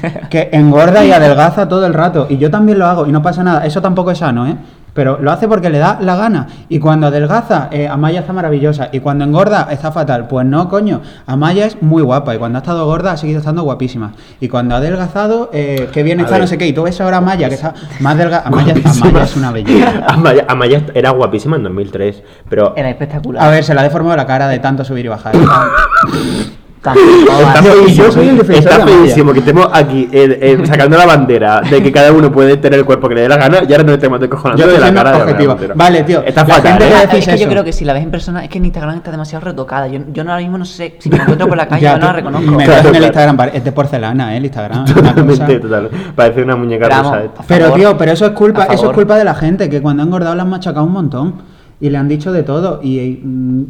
C: (laughs)
A: guapa.
C: Que engorda y adelgaza todo el rato. Y yo también lo hago y no pasa nada. Eso tampoco es sano, ¿eh? Pero lo hace porque le da la gana. Y cuando adelgaza, eh, Amaya está maravillosa. Y cuando engorda, está fatal. Pues no, coño. Amaya es muy guapa. Y cuando ha estado gorda, ha seguido estando guapísima. Y cuando ha adelgazado, eh, qué bien
B: A
C: está,
B: ver.
C: no sé qué. Y tú ves ahora a Amaya, que está
B: (laughs)
C: más delgada. Amaya,
B: Guapísima.
C: Amaya es una belleza.
B: (laughs) Amaya, Amaya era guapísima en 2003, pero
A: Era espectacular.
C: A ver, se la ha deformado la cara de tanto subir y bajar. (laughs)
A: Tampoco
B: Está
A: así.
C: yo
B: feísimo,
C: soy el defensor
B: está
C: de la media.
B: feísimo que estemos aquí eh, eh, sacando la bandera de que cada uno puede tener el cuerpo que le dé la gana y ahora nos estamos descojonando
C: Yo
B: de
C: estoy
B: la
C: siendo
B: cara de la
C: objetivo.
B: bandera.
C: Vale, tío,
B: Está
C: la
B: fatal,
C: gente
B: ¿eh?
C: que-
B: (laughs)
A: Ah,
C: decís
A: es que
C: eso?
A: yo creo que si la ves en persona, es que en Instagram está demasiado retocada. Yo, yo ahora mismo no sé, si me encuentro por la calle,
C: (laughs) Ya,
A: yo no la
C: tú-
A: reconozco.
C: Me
B: Claro,
C: ves en el
B: claro.
C: Instagram, pare- es de porcelana, ¿eh? El Instagram. es una cosa.
B: Totalmente, total. Parece una muñeca
A: Pero
B: rusa
A: vamos,
B: esta.
A: a
C: Pero
A: favor.
C: tío, pero eso es culpa,
A: A
C: eso es
A: favor.
C: culpa de la gente, que cuando han engordado la han machacado un montón y le han dicho de todo. Y, y, mm,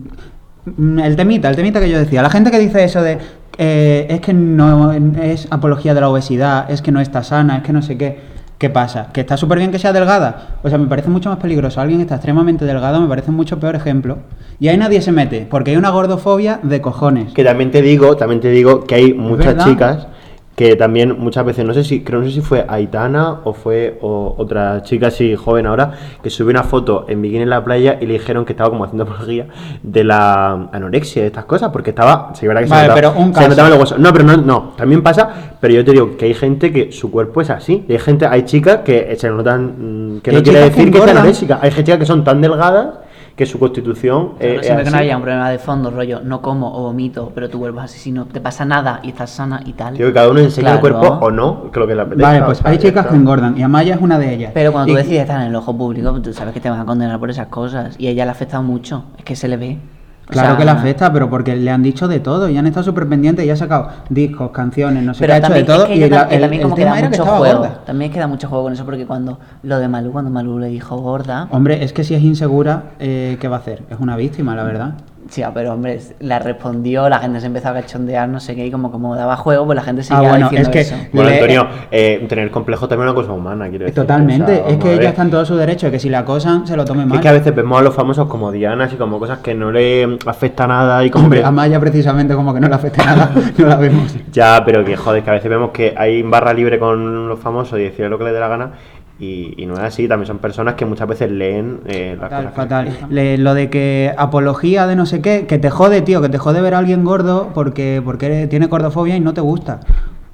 C: mm, el temita, el temita que yo decía, la gente que dice eso de eh, es que no es apología de la obesidad, es que no está sana, es que no sé qué. ¿Qué pasa? ¿Que está súper bien que sea delgada? O sea, me parece mucho más peligroso. Alguien que está extremadamente delgado me parece un mucho peor ejemplo. Y ahí nadie se mete, porque hay una gordofobia de cojones.
B: Que también te digo, también te digo que hay muchas
C: verdad.
B: chicas que también muchas veces, no sé si, creo no sé si fue Aitana o fue o- otra chica así joven ahora, que subió una foto en bikini en la playa y le dijeron que estaba como haciendo apología de la anorexia y estas cosas, porque estaba, sí, verdad que
C: Vale,
B: se, notaba,
C: pero un
B: se
C: caso.
B: notaban los huesos. No, pero no, no, también pasa, pero yo te digo que hay gente que su cuerpo es así, y hay gente, hay chicas que se notan, mm, que
C: Y
B: no quiere
C: hay chicas que
B: decir que, sean
C: engordan.
B: anoréxicas, hay chicas que son tan delgadas que su constitución
A: Pero
B: eh, es
A: siempre que no
B: así.
A: haya un problema de fondo, rollo, no como o vomito, pero tú vuelvas así, si no te pasa nada y estás sana y tal.
B: Tío, que cada uno enseña el
A: Claro.
B: cuerpo o no, que lo que le apetezca.
C: Vale, pues
B: o sea,
C: hay
B: ya
C: chicas
B: está.
C: que engordan y Amaya es una de ellas.
A: Pero cuando
C: Y-
A: tú decides estar en el ojo público, pues tú sabes que te van a condenar por esas cosas. Y a ella le ha afectado mucho. Es que se le ve. O
C: Claro
A: sea,
C: que la afecta, pero porque le han dicho de todo y han estado súper pendientes y ha sacado discos, canciones, no sé qué,
A: Pero
C: ha hecho de
A: también, es
C: todo.
A: que
C: y
A: ella
C: la-
A: tam- que también como que
C: tema
A: da
C: era que
A: mucho
C: estaba
A: juego.
C: gorda.
A: También es que da mucho juego con eso, porque cuando lo de Malú, cuando Malú le dijo gorda,
C: Hombre, es que si es insegura, eh, ¿qué va a hacer? Es una víctima, la verdad.
A: Sí, ah, pero hombre, la respondió, la gente se empezó a cachondear, no sé qué, y como, como daba juego, pues la gente seguía
C: Ah, bueno,
A: diciendo
C: es que-
A: eso.
B: Bueno,
C: Le-
B: Antonio, eh, tener complejo también es una cosa humana, quiero decir.
C: Totalmente,
B: o sea,
C: es
B: vamos a
C: que ella
B: ver.
C: está en todo su derecho, de que si la acosan se lo tome mal.
B: Es que a veces vemos a los famosos como dianas y como cosas que no le afecta nada y como
C: Hombre,
B: que-
C: a Maya precisamente como que no le afecta nada, (laughs) no la vemos.
B: Ya, pero que joder, que a veces vemos que hay barra libre con los famosos y decir lo que les dé la gana y, y no es así. También son personas que muchas veces leen eh, las
C: Fatal,
B: cosas que-
C: fatal. Le- lo de que apología de no sé qué, que te jode, tío, que te jode ver a alguien gordo porque, porque eres- tiene gordofobia y no te gusta.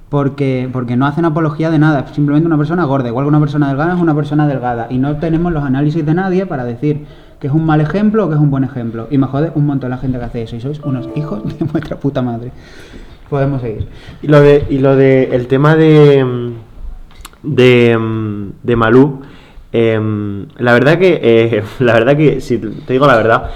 C: Porque, porque no hacen apología de nada, es simplemente una persona gorda, igual que una persona delgada es una persona delgada. Y no tenemos los análisis de nadie para decir que es un mal ejemplo o que es un buen ejemplo. Y me jode un montón la gente que hace eso. Y sois unos hijos de (laughs) vuestra puta madre. Podemos seguir.
B: Y lo de, y lo de el tema de mm, de, mm, de Malú, em, la verdad que eh, (laughs) la verdad que si te digo la verdad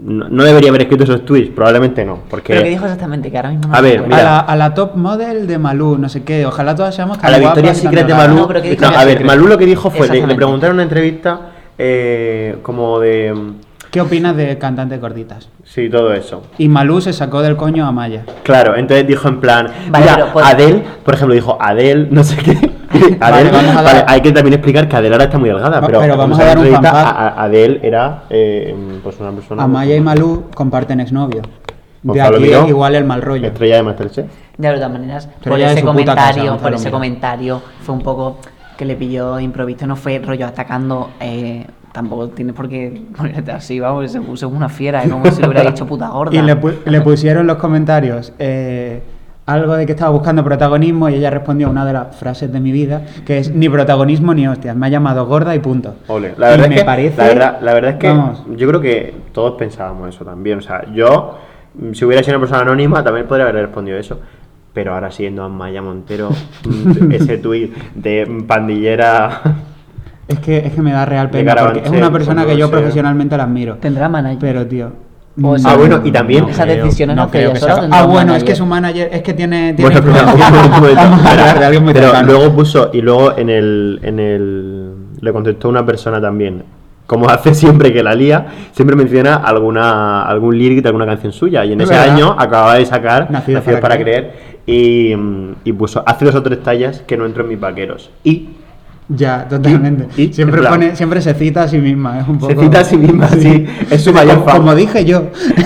B: no, no debería haber escrito esos tweets, probablemente no, porque
A: Pero que dijo exactamente, que ahora mismo no
B: A
A: me
B: ver,
A: acuerdo.
C: A
B: mira.
C: la, a la top model de Malú, no sé qué, ojalá todas seamos tan
B: a la
C: guapas
B: Victoria
C: y tan
B: Secret de
C: delgadas.
B: Malú.
A: No, pero que dijo
B: no, a
A: Victoria's
B: ver,
A: Secret.
B: Malú lo que dijo fue le, le
A: Exactamente.
B: preguntaron en una entrevista eh, como de mm,
C: ¿Qué opinas de cantantes gorditas?
B: sí todo eso.
C: Y Malú se sacó del coño a Maya.
B: Claro, entonces dijo en plan,
A: Vale,
B: mira,
A: pero puedo-
B: Adele, por ejemplo, dijo Adele, no sé qué. (laughs) Adele,
C: (laughs) Vale, vamos a dar-
B: vale, hay que también explicar que Adele ahora está muy delgada,
C: Va-
B: pero,
C: pero vamos
B: cuando
C: a dar
B: salió
C: un
B: entrevista,
C: fanfare.
B: a- a- Adele era eh, pues una persona.
C: Amaya y Malú comparten exnovio. De
B: Gonzalo
C: aquí
B: Miró,
C: igual el mal rollo.
B: Estrella de Masterchef.
A: Ya, de todas maneras,
C: Pero
A: por
C: ya de
A: ese
C: su puta casa,
A: comentario, por
C: Gonzalo,
A: ese
C: mira.
A: comentario, fue un poco que le pilló de improviso, no fue rollo atacando eh, tampoco tienes por qué ponerte así, vamos, se puso una fiera, es como si le hubiera
C: (laughs)
A: dicho puta gorda.
C: Y le, pu- le pusieron los comentarios eh, algo de que estaba buscando protagonismo y ella respondió una de las frases de mi vida, que es ni protagonismo ni hostias, me ha llamado gorda y punto.
B: Ole. La
C: Y
B: verdad,
C: me
B: es que,
C: parece-
B: la, verdad, la verdad es que
C: vamos.
B: yo creo que todos pensábamos eso también. O sea, yo, mm, si hubiera sido una persona anónima, también podría haber respondido eso. Pero ahora siguiendo a Maya Montero, (laughs) mm, ese tuit de mm, pandillera.
C: Es que, es que me da real
B: De
C: pena, porque es
B: Carabanchel,
C: una persona que yo
B: Carabanchel.
C: profesionalmente la admiro.
A: Tendrá manager.
C: Pero, tío.
A: O
B: Ah, bueno, y también-
A: Esas
B: creo-
A: decisiones
C: no
A: no, hace
C: creo
A: ella
C: que
A: sola,
C: sea-
A: tendrá
C: Ah,
A: un
C: bueno, es
A: manager.
C: que su manager es que tiene. tiene
B: Bueno, pero, (laughs)
C: influencia. Vamos a hablar de alguien muy
B: pero
C: cercano.
B: luego puso, y luego en el, en el. Le contestó una persona también. Como hace siempre que la lía, siempre menciona alguna algún lyric de alguna canción suya. Y en
C: Es
B: ese
C: verdad.
B: año acababa de sacar
C: Nacido
B: Nacido para,
C: para
B: creer. Y, mm, y puso, hace dos o tres tallas que no entro en mis vaqueros. Y
C: Ya, totalmente.
B: Y- y-
C: siempre,
B: en plan-
C: pone, siempre se cita a sí misma. Es un poco...
B: se cita a sí misma, sí. Es su
C: Como-
B: mayor fan.
C: Como dije yo.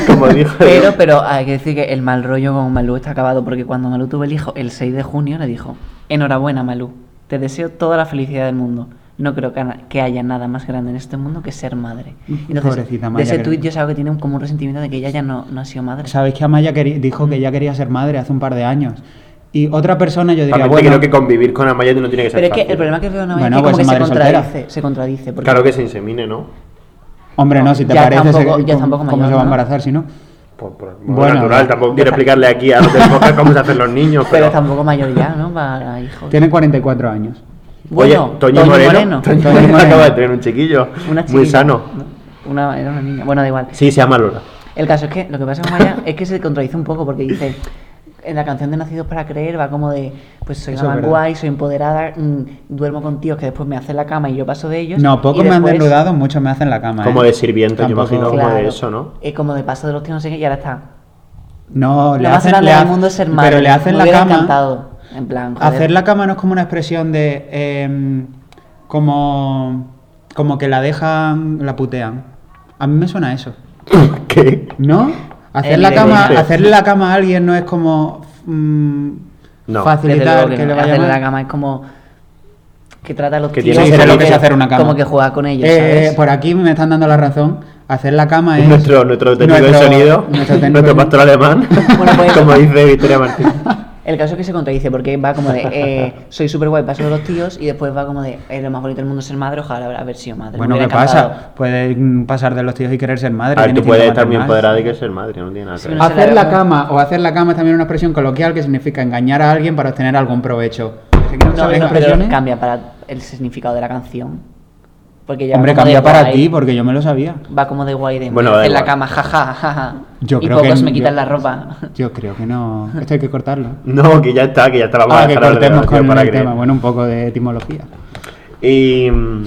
B: Como dijo.
C: (laughs)
A: Pero, pero hay que decir que el mal rollo con Malú está acabado, porque cuando Malú tuvo el hijo, el 6 de junio le dijo, enhorabuena Malú, te deseo toda la felicidad del mundo. No creo que, ana- que haya nada más grande en este mundo que ser madre. Entonces,
C: Pobrecita Maya,
A: de ese
C: que-
A: tuit yo sabía que tiene un- como un resentimiento de que ella ya no, no ha sido madre.
C: Sabéis que Amaya queri- dijo que ya quería ser madre hace un par de años. Y otra persona yo diría,
B: Realmente
C: bueno,
B: creo que convivir con Amaya no tiene que ser.
A: pero es que
B: fácil.
A: el problema que veo no
C: Bueno,
A: es que, como
C: pues
A: que se
C: madre soltera.
A: contradice, se contradice. Porque
B: Claro que se insemine, ¿no?
C: hombre, no, si te
A: Ya
C: parece, se-
A: tampoco- ya
C: ¿cómo-
A: tampoco
C: ¿cómo
A: mayor,
C: se va a
A: ¿no?
C: embarazar si no?
B: Por, por- por
C: Bueno,
B: natural,
C: ya.
B: tampoco quiero explicarle aquí a los del podcast cómo se hacen los niños,
A: Pero
B: pero.
A: tampoco mayor ya, ¿no? Para hijos.
C: Tiene 44 años.
B: Oye,
A: Bueno,
B: Toño, Moreno, Toño
C: Toño
B: Moreno
C: Moreno.
B: acaba de tener un chiquillo.
A: Una
B: (laughs) Muy
A: chiquilla,
B: sano.
A: ¿no? Una, era una niña. Bueno, da igual.
B: Sí, se llama
C: (coughs)
B: Lola.
A: El caso es que lo que pasa con Maya es que se contradice un poco porque dice, en la canción de Nacidos para Creer va como de, pues soy la
C: Eso es
A: más
C: verdad.
A: guay, soy empoderada, mm, duermo con tíos que después me hacen la cama y yo paso de ellos.
C: No,
A: y
C: pocos me han
A: después-
C: desnudado, muchos me hacen la cama.
B: Como
C: ¿eh?
B: de sirvienta, yo
C: Tampoco-
B: imagino. como
A: Claro,
B: de eso, ¿no?
A: eh, como de paso de los tíos, no sé qué, y ahora está.
C: No, le
A: lo más
C: hacen,
A: grande
C: le
A: del
C: ha-
A: mundo es ser madre.
C: Pero le hacen
A: Me
C: la
A: hubiera
C: cama.
A: encantado, En plan, joder.
C: Hacer la cama no es como una expresión de. em, como. Como que la dejan, la putean. A mí me suena eso.
B: ¿Qué?
C: ¿No?
A: Eh,
C: Hacer
A: El
C: la
A: de-
C: cama,
B: Sí.
C: hacerle la cama a alguien no es como. mm,
B: No.
A: Desde
C: facilitar
A: luego
C: que,
A: no.
C: le vaya
A: Hacerle
C: mal.
A: la cama es como que trata a los
B: Que
A: tíos
B: tiene que
A: como
B: ser lo que es
C: hacer una cama.
A: Como que juega con ellos,
C: Eh,
A: ¿sabes?
C: por aquí me están dando la razón. Hacer la cama es.
B: Nuestro, nuestro técnico de
C: nuestro-
B: sonido,
C: nuestro
B: nuestro,
C: técnico de-
B: pastor alemán,
A: Bueno, pues-
B: (laughs) como dice Victoria
C: (laughs)
B: Martín.
A: (laughs) El caso es que se contradice porque va como de eh, soy súper guay, paso de los tíos y después va como de es lo más bonito del mundo ser madre, ojalá haber sido madre. me
C: Bueno, ¿qué
A: hubiera
C: pasa?
A: encantado.
C: Puedes mm, pasar de los tíos y querer ser madre.
B: A ver,
C: tiene
B: tú puedes
C: cinco
B: estar muy
C: más.
B: empoderada y que ser madre, no tiene nada que
A: Sí,
B: ver.
A: no sé.
C: Hacer
A: la
C: la
A: veo.
C: cama o hacer la cama es también una expresión coloquial que significa engañar a alguien para obtener algún provecho.
A: No,
C: ¿Sabes
A: no, pero
C: expresiones?
A: cambia para el significado de la canción. Porque ya
C: Hombre,
A: va como
C: cambia
A: de
C: para
A: guay,
C: ti porque yo me lo sabía.
A: Va como de guay de
B: Bueno,
A: me
B: da
A: hacen la
B: igual.
A: cama, jaja, jaja.
C: Yo
A: y
C: creo que
A: pocos me
C: yo-
A: quitan la ropa.
C: Yo creo
A: (laughs)
C: que no. Esto hay que cortarlo.
B: No, que ya está, que ya está, vamos a
C: Ah, que
B: dejar hablar de
C: cortemos
B: Nacido
C: con
B: para
C: el
B: creer.
C: tema. Bueno, un poco de etimología.
B: Y. mm,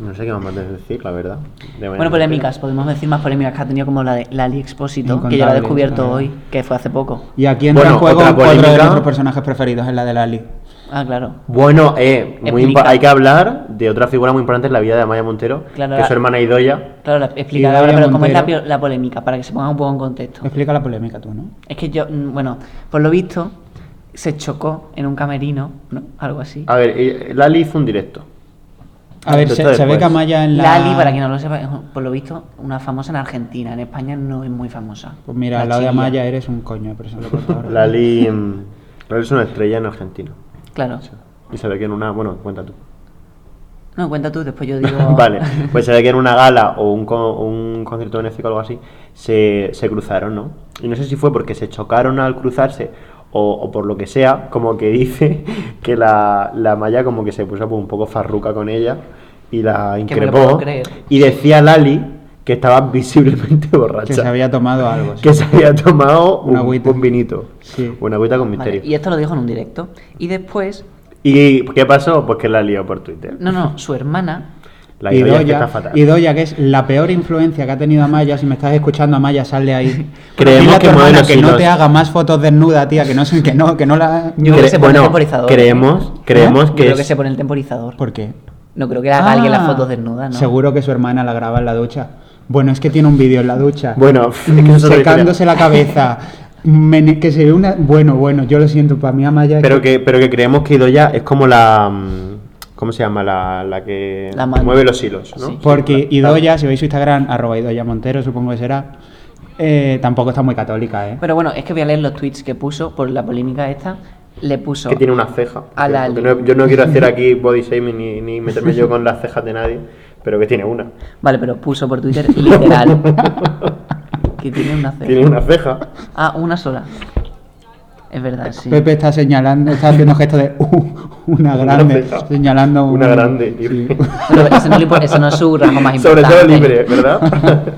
B: No sé qué más de decir, la verdad. De
A: Bueno, pues
C: pues
A: polémicas, podemos decir más polémicas que ha tenido como la de Lali Expósito, que yo la
C: Incontable,
A: he descubierto
C: claro.
A: hoy, que fue hace poco.
C: Y aquí entra
B: Bueno,
C: en juego
B: otra
C: otro de
B: polémica.
C: nuestros personajes preferidos, es la de Lali.
A: Ah, claro.
B: Bueno, eh, muy
A: Explica.
B: impa- hay que hablar de otra figura muy importante en la vida de Amaya Montero,
A: Claro,
B: que es
A: la-
B: su hermana Idoya.
A: Claro, la- explicar
C: Idoia
A: ahora, pero cómo es la,
C: Montero.
A: pio- la polémica, para que se ponga un poco en
C: (laughs)
A: contexto.
C: Explica la polémica tú, ¿no?
A: Es que yo, mm, bueno, por lo visto, se chocó en un camerino, ¿no? Algo así.
B: A ver, eh, Lali hizo un directo.
C: A ver,
B: Esto
C: se, se
B: después.
C: ve que Amaya en la...
A: Lali, para quien no lo sepa, es, por lo visto, una famosa en Argentina. En España no es muy famosa.
C: Pues mira,
A: La
C: al lado de
A: chiquilla.
C: Amaya eres un coño de persona, por favor.
B: Lali, mm, Lali es una estrella en Argentina.
A: Claro.
B: Y se ve que en una. Bueno, cuenta tú.
A: No, cuenta tú, después yo digo.
B: (laughs) vale, pues se ve que en una gala o un, co- un concierto benéfico o algo así, se, se cruzaron, ¿no? Y no sé si fue porque se chocaron al cruzarse o, o por lo que sea, como que dice (laughs) que la, la Maya como que se puso pues, un poco farruca con ella y la
A: me lo
B: increpó.
A: puedo creer.
B: Y decía Lali que estaba visiblemente (laughs)
C: Que se
B: borracha.
C: había tomado algo. sí.
B: que se había tomado un,
C: Una agüita.
B: un vinito.
C: Sí.
B: Una agüita con
A: Vale,
B: misterio.
A: Y esto lo dijo en un directo. Y después,
B: ¿Y qué pasó? Pues que la lió por Twitter.
A: no, no, su hermana.
B: La idea es que está
C: Idoya,
B: fatal.
C: Idoya, que es la peor influencia que ha tenido Amaya. Si me estás escuchando, Amaya, sal
B: (laughs)
C: de ahí.
B: Creemos
C: Dile a tu
B: que
C: hermana
B: mueve los
C: que no
B: hilos.
C: te haga más fotos desnuda, tía. Que no, sé- que no, que no la.
A: Yo creo que se pone
B: bueno,
A: temporizador. ¿Eh?
B: creemos, creemos
A: Yo
B: que,
A: creo
B: es-
A: que se pone el temporizador.
C: ¿Por qué?
A: No creo que haga
C: Ah,
A: alguien las fotos desnudas, ¿no?
C: Seguro que su hermana la graba en la ducha. Bueno, es que tiene un vídeo en la ducha.
B: Bueno, es que eso es otra
C: secándose
B: historia.
C: la cabeza. mene- que se ve una. Bueno, bueno, yo lo siento, para mí Amaya. es
B: pero que pero que creemos que Idoya es como la mm, ¿Cómo se llama la, la que
A: La mano.
B: mueve los hilos? ¿no?
A: Sí.
C: Porque
B: la-
C: Idoya, si veis su Instagram, arroba Idoya Montero, supongo que será, eh, tampoco está muy católica, ¿eh?
A: Pero bueno, es que voy a leer los tweets que puso por la polémica esta. Le puso.
B: Que tiene una ceja.
A: A la-
B: Porque no- yo no quiero
A: (laughs)
B: hacer aquí body shaming ni, ni meterme yo con las cejas de nadie, pero que tiene una.
A: Vale, pero puso por
B: (laughs)
A: Twitter literal. (laughs) que tiene una ceja.
B: Tiene una ceja.
A: Ah, una sola. Es verdad, sí.
C: Pepe está señalando, está haciendo gesto de "Uh, una grande,
B: ceja.
C: señalando un-
B: Una grande, tío.
C: sí.
A: Pero eso no, le impo- eso no es su rango más
B: (laughs) Sobre
A: importante.
B: todo libre,
A: (laughs)
B: ¿verdad?
C: (laughs)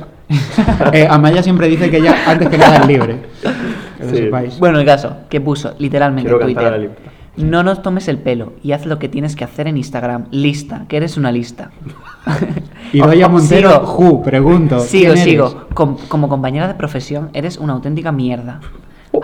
C: Eh, Amaya siempre dice que ella antes que nada es libre. Que lo
B: Sí.
C: sepáis.
A: Bueno, el caso, que puso literalmente en
B: Quiero cantar a la
A: Twitter.
B: libertad.
A: No nos tomes el pelo y haz lo que tienes que hacer en Instagram. Lista, que eres una
B: (laughs)
A: lista. (laughs)
C: Idoya Montero,
A: Sigo.
C: ju, pregunto.
A: Sigo,
C: ¿quién eres?
A: sigo. Com- como compañera de profesión, eres una auténtica mierda.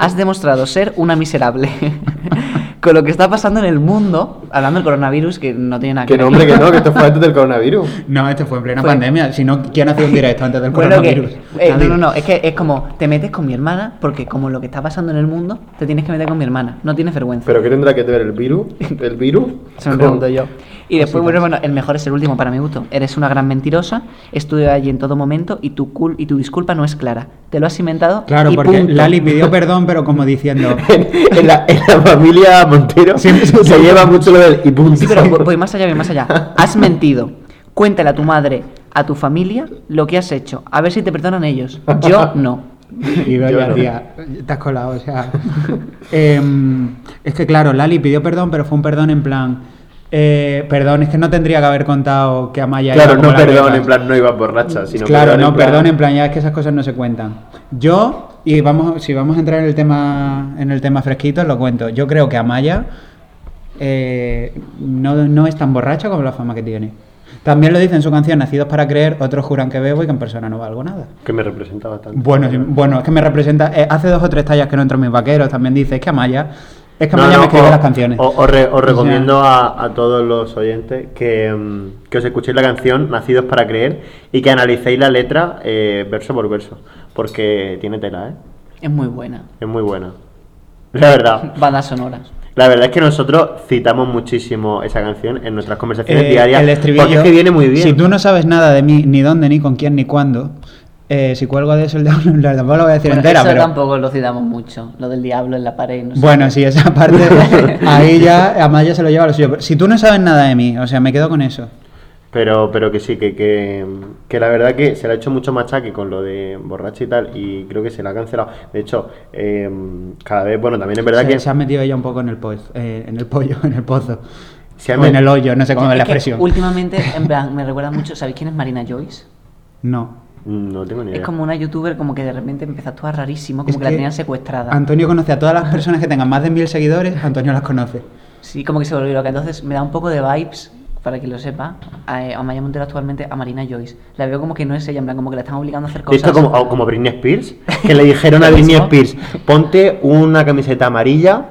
A: Has demostrado ser una miserable. (laughs) Con lo que está pasando en el mundo, hablando del coronavirus, que no tiene
C: Ah,
A: nada que
B: Que
A: ver.
B: no, hombre, que no,
A: (laughs)
B: que esto fue antes
C: (laughs)
B: del coronavirus.
C: No, este fue en plena
A: Fue-
C: pandemia. Si no, ¿quién hacía un directo antes del
A: Bueno, que,
C: coronavirus?
A: eh, no,
C: Nadie.
A: no, no, es que es como, te metes con mi hermana, porque como lo que está pasando en el mundo, te tienes que meter con mi hermana, no tienes vergüenza.
B: Pero ¿qué tendrá que ver el virus? ¿El virus?
A: Se me
B: con-
A: pregunto yo. Y después, bueno, bueno, el mejor es el último para mi gusto. Eres una gran mentirosa, estudia allí en todo momento y tu, cul y tu disculpa no es clara. Te lo has inventado.
C: Claro,
A: y
C: porque
A: punto.
C: Lali pidió perdón, pero
A: (laughs)
C: como diciendo.
B: En, (laughs) en la, en la familia Montero
C: Siempre-
B: se lleva mucho lo del y punto.
A: Sí, pero voy- voy
B: (laughs)
A: más allá, voy más allá.
C: (laughs)
A: Has mentido. Cuéntale a tu madre, a tu familia, lo que has hecho. A ver si te perdonan ellos. Yo no.
C: Idoya,
B: Yo no.
C: tía, te has colado, o sea. (laughs) Em, es que claro, Lali pidió perdón, pero fue un perdón en plan. eh, perdón, es que no tendría que haber contado que Amaya
B: Claro,
C: era
B: no
C: como la
B: perdón,
C: Vegas.
B: en plan no iba borracha, sino
C: claro, no,
B: en
C: perdón,
B: plan-
C: en plan, ya es que esas cosas no se cuentan. Yo, y vamos, si vamos a entrar en el tema, en el tema fresquito, lo cuento. Yo creo que Amaya eh, no, no es tan borracha como la fama que tiene. También lo dice en su canción, Nacidos para creer, otros juran que bebo y que en persona no valgo nada.
B: Que me representa bastante.
C: Bueno, sí, bueno, es que me representa. eh, hace dos o tres tallas que no entro en mis vaqueros. También dice, es que Amaya. Es que
B: No,
C: Amaya
B: no,
C: me escribe
B: o-
C: las canciones.
B: o- Os, re- os
C: O sea-
B: recomiendo a, a todos los oyentes que, mm, que os escuchéis la canción Nacidos para Creer y que analicéis la letra eh, verso por verso, porque tiene tela, ¿eh?
A: Es muy buena.
B: Es muy buena. La verdad.
A: Banda sonora.
B: La verdad es que nosotros citamos muchísimo esa canción en nuestras conversaciones
C: Eh,
B: diarias.
C: el estribillo.
B: Porque es que viene muy bien.
C: Si tú no sabes nada de mí, ni dónde, ni con quién, ni cuándo, eh, si cuelgo de eso el diablo, (laughs) la tampoco lo voy a decir
A: Bueno,
C: entera,
A: eso
C: pero.
A: tampoco lo citamos mucho. Lo del diablo en la pared. no sé
C: Bueno,
A: qué.
C: sí, esa parte.
B: (laughs)
C: ahí ya Amaya se lo lleva a lo suyo. Pero si tú no sabes nada de mí, o sea, me quedo con eso.
B: Pero, pero que sí, que, que, que la verdad que se le ha hecho mucho machaque con lo de borracha y tal, y creo que se la ha cancelado. De hecho, eh, cada vez, bueno, también es verdad
C: se,
B: que
C: se ha metido ella un poco en el, poz- eh, en el pollo, (laughs) en el pozo.
B: Se ha Oh,
C: o en
B: met-
C: el hoyo, no sé cómo es la
A: Es que
C: expresión.
A: últimamente, en plan, me recuerda mucho. ¿Sabéis quién es Marina Joyce?
C: No.
B: no tengo ni idea.
A: Es como una youtuber como que de repente empezó a actuar rarísimo, como
C: Es
A: que, la
C: que
A: tenían secuestrada.
C: Antonio conoce a todas las personas que tengan más de mil seguidores, Antonio las conoce.
A: Sí, como que se volvió loca. Entonces me da un poco de vibes, para que lo sepa, a, eh, a Maya Montero actualmente, a Marina Joyce. La veo como que no es ella, en plan, como que la están obligando a hacer
B: De
A: cosas.
B: hecho, como, o como Britney Spears,
A: (laughs)
B: que le dijeron a
A: Lo
B: Britney
A: mismo.
B: Spears, ponte una camiseta amarilla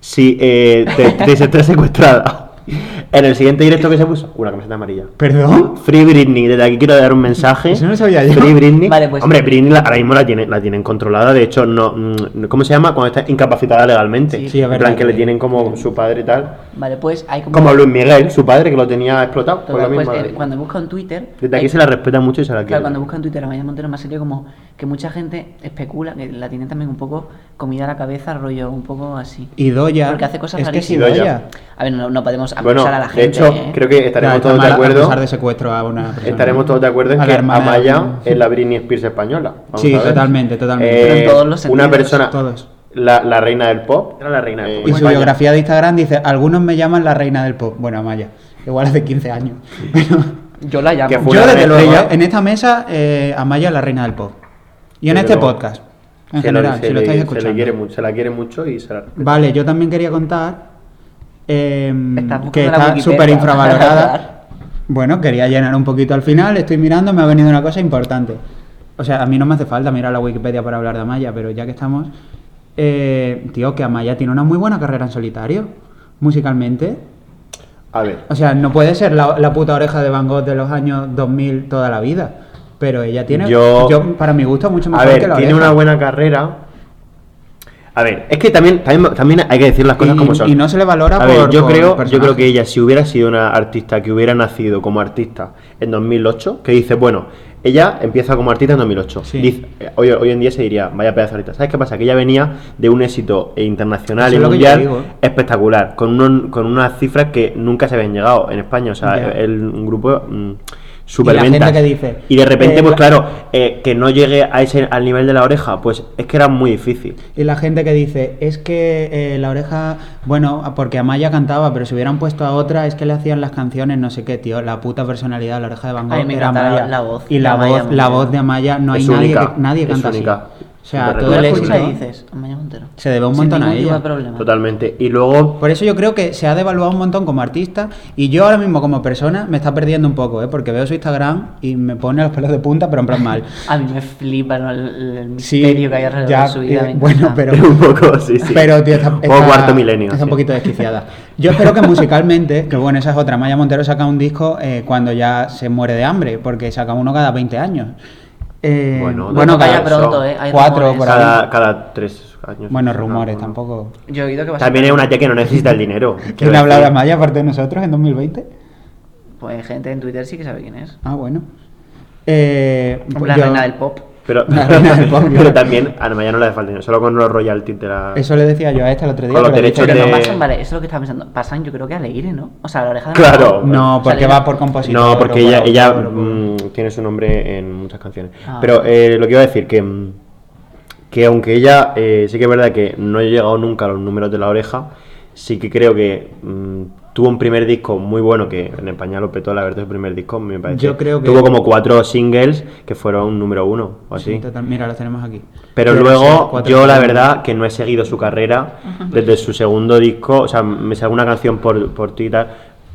B: si eh, te, te, se- te has secuestrada. (laughs) En el siguiente directo que se puso, una camiseta amarilla.
C: ¿Perdón?
B: Free Britney, desde aquí quiero dar un mensaje.
C: Eso no lo sabía yo.
B: Free Britney.
A: Vale, pues-
B: Hombre, Britney la- ahora mismo la, tiene, la tienen controlada, de hecho, no mm, ¿cómo se llama? Cuando está incapacitada legalmente.
A: Sí.
C: Sí, es
B: En
C: verdad.
B: plan, que le tienen como su padre y tal.
A: Vale, pues hay como...
B: Como Luis Miguel, su padre, que lo tenía explotado. por
A: Total,
B: la
A: pues,
B: misma
A: eh,
B: razón.
A: cuando busco en Twitter...
B: Desde aquí
A: hay-
B: se la respeta mucho y se la quiere.
A: Claro, cuando busco en Twitter a Maya Montero me ha salido como que mucha gente especula, que la tienen también un poco comida a la cabeza, rollo un poco así.
C: Idoya.
A: Porque hace cosas
C: Es que es
A: rarísimas.
B: Idoya.
C: Idoya.
A: A ver, no, no podemos acusar
B: Bueno,
A: a la gente.
B: de hecho,
A: ¿eh?
B: creo que estaremos
C: No, está
B: todos de
C: mal
B: acuerdo.
C: acusar de secuestro a una persona.
B: Estaremos todos de acuerdo en
C: A la
B: que
C: hermana de
B: Amaya eh,
C: alguien.
B: es la Britney Spears española. Vamos
C: Sí,
B: a ver.
C: totalmente, totalmente.
B: Eh,
A: Pero en todos los
B: Una
A: sentidos,
B: persona,
C: todos.
B: La, la reina del pop. Eh, Era la reina del pop.
C: Y su biografía de Instagram dice, algunos me llaman la reina del pop. Bueno, Amaya, igual hace 15 años. Pero-
A: Yo la llamo.
B: Que fue- Una
C: yo desde
B: gran
C: luego,
B: estrella.
C: en esta mesa, eh, Amaya es la reina del pop. Y en
B: Desde
C: este
B: luego.
C: podcast, en
B: Se lo-
C: general,
B: se
C: si
B: le-
C: lo estáis
B: Se, le
C: escuchando.
B: quiere, mu- se la quiere mucho y se la...
C: Vale, yo también quería contar em,
A: Estás buscando
C: que
A: la
C: está
A: Wikipedia.
C: súper
A: (laughs)
C: infravalorada.
A: Claro.
C: bueno, quería llenar un poquito al final, estoy mirando, me ha venido una cosa importante. O sea, a mí no me hace falta mirar la Wikipedia para hablar de Amaya, pero ya que estamos... eh, tío, que Amaya tiene una muy buena carrera en solitario, musicalmente.
B: A ver.
C: O sea, no puede ser la, la puta oreja de Van Gogh de los años 2000 toda la vida. Pero ella tiene,
B: Yo-
C: para mi gusto, mucho
B: A
C: mejor que
B: ver,
C: la
B: tiene
C: oreja.
B: una buena carrera. A ver, es que también, también, también hay que decir las cosas
C: Y-
B: como son.
C: y no se le valora
B: A ver,
C: por-
B: yo
C: por
B: creo, yo
C: personaje.
B: creo que ella, si hubiera sido una artista que hubiera nacido como artista en 2008, que dice, bueno, ella empieza como artista en 2008.
C: Sí.
B: Dice- eh, hoy, hoy en día se diría, vaya pedazo de artista. ¿Sabes qué pasa? Que ella venía de un éxito eh, internacional
C: Eso es
B: y
C: lo que yo
B: mundial
C: digo, ¿eh?
B: espectacular, con, unos- con unas cifras que nunca se habían llegado en España. O sea,
C: Ya.
B: el, un grupo... mm,
C: Y la
B: superventas.
C: gente que dice,
B: Y de repente,
C: eh,
B: pues
C: la-
B: claro, eh, que no llegue a ese, al nivel de la oreja, pues es que era muy difícil.
C: Y la gente que dice, es que eh, la oreja, bueno, porque Amaya cantaba, pero si hubieran puesto a otra, es que le hacían las canciones, no sé qué, tío, la puta personalidad de la oreja de Van Gogh
A: Ay, me
C: era
A: encanta la-
C: Amaya.
A: la voz
C: Y
A: de
C: la,
A: Amaya
C: voz, la
A: Montero.
C: voz de Amaya, no hay
B: Es
C: nadie,
B: única,
C: que, nadie
B: es
C: canta
B: única.
C: así. O sea,
B: Súper
C: todo el
B: reconocible.
A: escuchas y
C: éxito
A: dices, Amaya Montero.
C: se debe un
A: Sin
C: montón a
A: ningún tipo de
C: ella.
A: problema.
B: Totalmente. Y luego,
C: Por eso yo creo que se ha devaluado un montón como artista y yo ahora mismo como persona me está perdiendo un poco, ¿eh? porque veo su Instagram y me pone los pelos de punta, pero en plan mal.
A: A mí me flipa ¿no? el, el- el
C: Sí,
A: misterio que hay alrededor
C: ya,
A: de su vida. me
C: eh, bueno,
A: encanta.
C: pero-
B: (laughs) un poco, sí, sí.
C: Pero, tío, está,
B: un poco
C: está-
B: cuarto milenio.
C: Está un
B: sí.
C: poquito desquiciada. Yo espero que musicalmente, que bueno, esa es otra. Maya Montero saca un disco eh, cuando ya se muere de hambre, porque saca uno cada 20 años. Eh,
B: Bueno,
C: bueno,
B: no
A: vaya
C: cada,
B: eso.
A: pronto, ¿eh? Hay
C: cuatro
A: rumores.
C: por ahí.
B: cada, cada tres años.
C: bueno,
B: No,
C: rumores
B: no.
C: tampoco.
A: Yo he oído que va a
B: También es
A: sacar-
B: una tía que no necesita el dinero.
C: (laughs) ¿Quién
B: quiero
C: ha hablado de
B: decir.
C: Maya aparte de nosotros en 2020?
A: Pues gente en Twitter sí que sabe quién es.
C: Ah, bueno. Eh,
A: Como La
C: yo-
A: reina del pop.
C: (laughs)
B: Pero,
C: La reina del pop,
B: pero
C: claro.
B: también a Ana María no le hace falta dinero, solo con los royalties de la.
C: Eso le decía yo a esta el otro día.
B: Con los
C: pero dice
B: derechos
C: que
B: de-
C: no
A: No
B: Eh,
A: pasan, vale, eso es lo que estaba pensando. Pasan, yo creo que a Leire, ¿no? O sea, a la oreja de
B: Claro.
A: Manolo.
C: No,
A: Sale
C: porque
A: yo.
C: va por compositor.
B: No, porque
C: o
B: ella,
C: por
B: ella
C: autor, o por-
B: mm, tiene su nombre en muchas canciones.
A: Ah.
B: Pero eh, lo que iba a decir, que, mm, que aunque ella eh, sí que es verdad que no he llegado nunca a los números de la oreja, sí que creo que mm, tuvo un primer disco muy bueno, que en España lo petó la verdad su primer disco, me parece.
C: Yo creo que-
B: Tuvo como cuatro singles que fueron número uno o
C: Sí,
B: así.
C: total, mira, los tenemos aquí.
B: pues Pero
C: son
B: luego
C: cuatro
B: yo la
C: canciones.
B: verdad que no he seguido su carrera desde su segundo disco, o sea, me salió una canción por, por Twitter,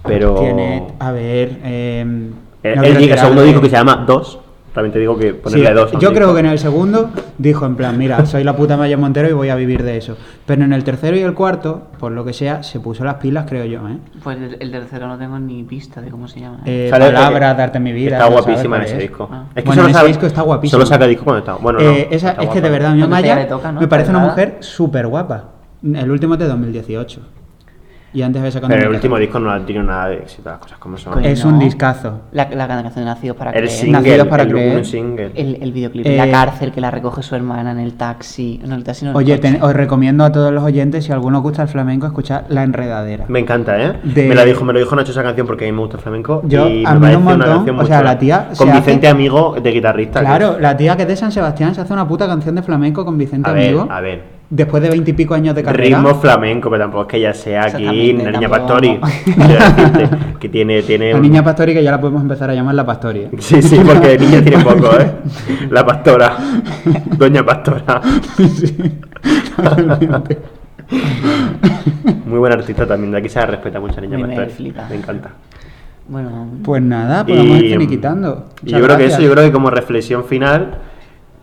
B: pero...
C: Tiene, a ver. eh,
B: El,
C: no
B: el
C: quiero
B: di- el
C: tirar
B: segundo
C: de-
B: disco que se llama Dos. También te digo que ponerle
C: Sí,
B: dos. a un
C: Yo creo
B: disco.
C: que en el segundo dijo en plan, mira, soy la puta Maya Montero y voy a vivir de eso. Pero en el tercero y el cuarto, por lo que sea, se puso las pilas, creo yo, ¿eh?
A: Pues el, el tercero no tengo ni pista de cómo se llama. ¿eh?
C: Eh,
B: Sale-
C: palabras, darte mi vida.
B: Está
C: no sabes
B: guapísima en
C: cuál
B: ese
C: es.
B: disco.
A: Ah.
B: Es que
C: Bueno,
B: solo
C: en ese
B: saca-
C: disco está guapísima.
B: Solo saca disco cuando está. Bueno, no,
C: Eh,
B: está
C: esa- es que
B: guapa.
C: de verdad, a mí
A: Cuando
C: Maya
A: pega le toca, ¿no?
C: me parece una
A: Palabra.
C: mujer súper guapa. El último es de 2018. Y antes había sacado...
B: Pero el
C: un
B: último
C: disco.
B: disco no ha tenido nada de éxito, las cosas como son.
A: Coño.
C: Es un
A: No.
C: discazo.
A: La, la canción de Nacidos para
B: el
A: Creer.
B: single,
C: Nacidos para
B: el,
C: creer.
B: un single.
A: El, el videoclip,
C: Eh,
A: la cárcel que la recoge su hermana en el taxi. No, en el taxi no en el
C: Oye,
A: coche.
C: ten- os recomiendo a todos los oyentes, si a alguno os gusta el flamenco, escuchar La Enredadera.
B: Me encanta, ¿eh?
C: De-
B: Me, la dijo, me lo dijo Nacho esa canción porque a mí me gusta el flamenco.
C: Yo-
B: y
C: a
B: me
C: mí
B: parece
C: un
B: una
C: montón,
B: canción
C: o
B: muy
C: sea,
B: chula.
C: la tía se
B: Con
C: hace-
B: Vicente Amigo de guitarrista. que
C: Claro, la tía que es de San Sebastián se hace una puta canción de flamenco con Vicente
B: A ver,
C: Amigo.
B: a ver.
C: Después de veintipico años de carrera.
B: Ritmo flamenco, pero tampoco es que ella sea aquí
A: Exactamente,
B: la niña
A: tampoco
B: Pastori.
A: vamos.
B: quiero decirte, que tiene, tiene
C: la
B: un-
C: niña Pastori, que ya la podemos empezar a llamar la
B: (laughs)
C: Pastori. ¿eh?
B: Sí, sí, porque de niña tiene poco, ¿eh? La pastora. Doña Pastora.
C: Sí, totalmente.
B: Muy buen artista también, de aquí se la respeta mucho a Niña
A: Me- me
B: Pastora.
A: flipa.
B: Me encanta.
A: Bueno,
C: Pues nada, pues vamos a ir finiquitando.
B: y yo creo que eso, yo creo que como reflexión final,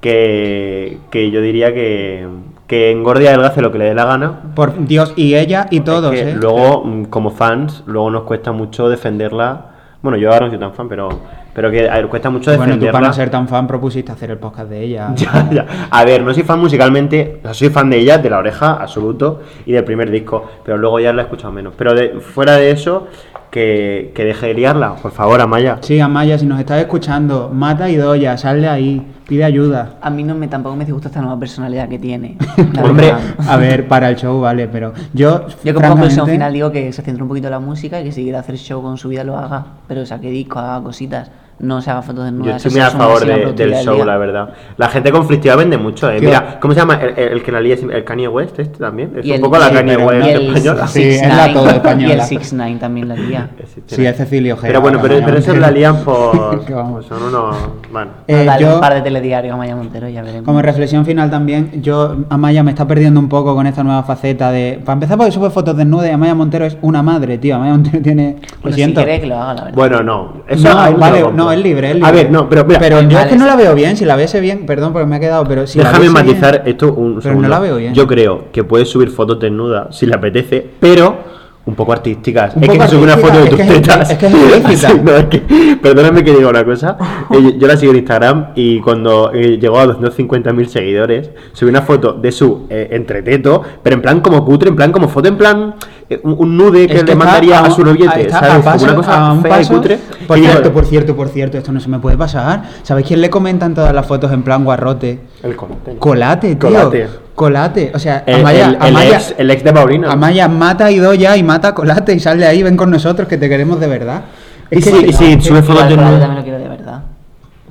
B: que, que yo diría que, que engorde y adelgace lo que le dé la gana.
C: Por Dios, y ella y todos,
B: Es que
C: ¿eh?
B: Luego, mm, como fans, luego nos cuesta mucho defenderla. Bueno, yo ahora no soy tan fan, pero, pero que a ver, cuesta mucho
C: bueno, tú
B: defenderla.
C: para no ser tan fan propusiste hacer el podcast de ella.
B: (laughs) Ya, ya. A ver, no soy fan musicalmente, o sea, soy fan de ella, de la oreja, absoluto, y del primer disco, pero luego ya la he escuchado menos. Pero de- fuera de eso, que, que deje de liarla, por favor, Amaya.
C: Sí, Amaya, si nos estás escuchando, mata y doya, sal de ahí, pide ayuda.
A: a mí no me, tampoco me disgusta esta nueva personalidad que tiene. (laughs) la
B: Hombre,
A: verdad.
C: A ver, para el show, vale, pero yo.
A: Yo como conclusión
C: francamente,
A: final digo que se centre un poquito en la música y que si quiere hacer show con su vida lo haga, pero saque disco, haga cositas, no se haga fotos
B: Yo
A: desnudas. esa
B: estoy muy a
A: es una
B: favor
A: máxima
B: de-
A: productividad
B: del
A: del
B: show,
A: día.
B: la verdad. La gente conflictiva vende mucho, ¿eh?
C: Tío.
B: Mira, ¿cómo se llama el, el- el que la lía? siempre? El Kanye West, este también. Es
A: Y
B: un
A: el-
B: poco la
A: y el-
B: Kanye
A: y
B: West
A: el
B: española. (laughs)
C: Sí, es la
A: 6ix9ine,
C: todo
A: (laughs) Y el
C: española.
A: 6ix9ine también la guía.
C: Sí, es Cecilio Ojeda,
B: Pero bueno,
C: ahora,
B: pero,
C: Maya
B: pero eso
C: Montero.
B: la lían por.
C: Que (laughs) vamos.
B: Son unos.
A: (laughs)
B: Bueno.
C: Eh,
A: Dale
C: yo-
A: un par de telediarios a Maya Montero, ya veremos.
C: Como reflexión final también, yo, Amaya me está perdiendo un poco con esta nueva faceta de... Para empezar porque sube fotos desnudas y Amaya Montero es una madre, tío. Amaya Montero tiene... Lo
A: Bueno,
C: siento.
A: Si quiere que lo haga, la verdad.
B: Bueno, no. Eso ahí
C: no,
B: te
C: vale,
B: lo compro.
C: no, es libre, es libre.
B: A ver, no, pero mira.
C: Pero
A: Pues
C: yo es
A: vale,
C: que no la
A: sí.
C: veo bien, si la viese bien, perdón porque me ha quedado, pero si la
B: Déjame
C: viese
B: matizar
C: bien-
B: esto un
C: Pero
B: segundo.
C: no la veo bien.
B: Yo creo que puede subir fotos desnudas si le apetece, pero un poco artísticas.
C: Un
B: es
C: poco
B: que subí una foto de
C: artísticas,
B: tus
C: es que es
B: tetas.
C: impre- es que es implícita.
B: (laughs) Sí, no, es que- perdóname que diga una
C: (laughs)
B: cosa. Eh, yo- yo la sigo en Instagram y cuando eh, llegó a 250.000 seguidores, subí una foto de su eh, entreteto, pero en plan como putre, en plan como foto, en plan eh, un, un nude que,
C: Es que
B: le
C: está
B: mandaría a,
C: a un-
B: su noviete,
C: está a
B: ¿sabes? Como
C: paso-
B: una cosa
C: a un
B: fea y
C: paso.
B: cutre.
C: Por
B: Y digo,
C: cierto, por cierto, por cierto, esto no se me puede pasar. ¿Sabéis quién le comenta en todas las fotos en plan guarrote?
B: el colate.
C: Colate, tío.
B: Colate.
C: Colate. Colate. O sea,
B: El,
C: Amaya,
B: el- el
C: Amaya-
B: ex, el ex de Paulino.
C: Amaya, mata a Idoya y mata a Colate y sal de ahí, ven con nosotros que te queremos de verdad.
B: Y
C: Es que
B: sí, y
C: no,
B: sí, sube fotos de
A: Yo
B: nude.
A: también lo quiero de verdad.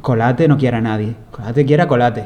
C: Colate no quiere a nadie. Colate quiere a Colate.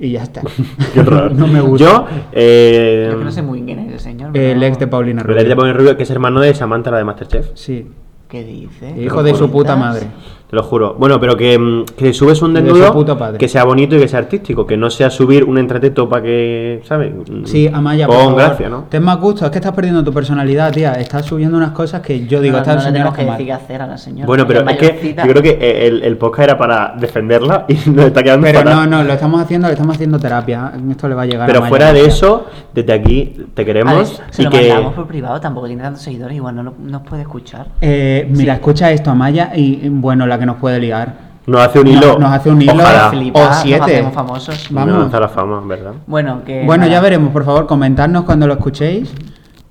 C: Y ya está.
B: (laughs) Qué horror.
C: (laughs) no me gusta.
B: Yo, eh,
A: Yo que no sé muy quién es el señor.
C: El
A: pero-
C: ex de Paulina
B: Pero le
C: Rubio.
B: voy a poner Rubio, que es hermano de Samantha, la de Masterchef.
C: Sí.
A: ¿Qué dice?
B: ¿Eh?
C: Hijo de su puta madre.
B: Te lo juro. Bueno, pero que, mm, que subes un
C: De su
B: desnudo
C: puto padre.
B: que sea bonito y que sea artístico, que no sea subir un entreteto para que, ¿sabes? Mm,
C: Sí, Amaya, por
B: Con
C: favor,
B: gracia, ¿no?
C: Ten más gusto, es que estás perdiendo tu personalidad, tía. Estás subiendo unas cosas que yo digo,
A: no,
C: estás
A: no le
C: enseñando
A: tenemos que
C: mal.
A: decir qué hacer a la señora.
B: Bueno, pero
A: Ella
B: es que
A: mayorcita.
B: yo creo que e-, el, el podcast era para defenderla y (laughs) nos está quedando
C: Pero
B: fatal.
C: no, no, lo estamos haciendo, le estamos haciendo terapia. Esto le va a llegar a
B: Pero
C: Amaya,
B: fuera de
C: gracias.
B: eso, desde aquí te queremos
A: Alex, se
B: y
A: lo
B: que...
A: mandamos por privado, tampoco tiene tantos seguidores, igual no lo- nos puede escuchar.
C: Eh, mira, escucha esto, Amaya, y y, bueno, la que nos puede ligar.
B: Nos hace un
C: No,
B: hilo.
C: nos hace un hilo,
B: Ojalá.
C: flipa.
A: Flipa,
C: o
A: nos
C: siete.
A: hacemos famosos.
C: Vamos.
B: Nos lanza la fama, ¿verdad?
A: Bueno, que.
C: bueno,
A: Eh, nada.
C: ya veremos, por favor, comentadnos cuando lo escuchéis.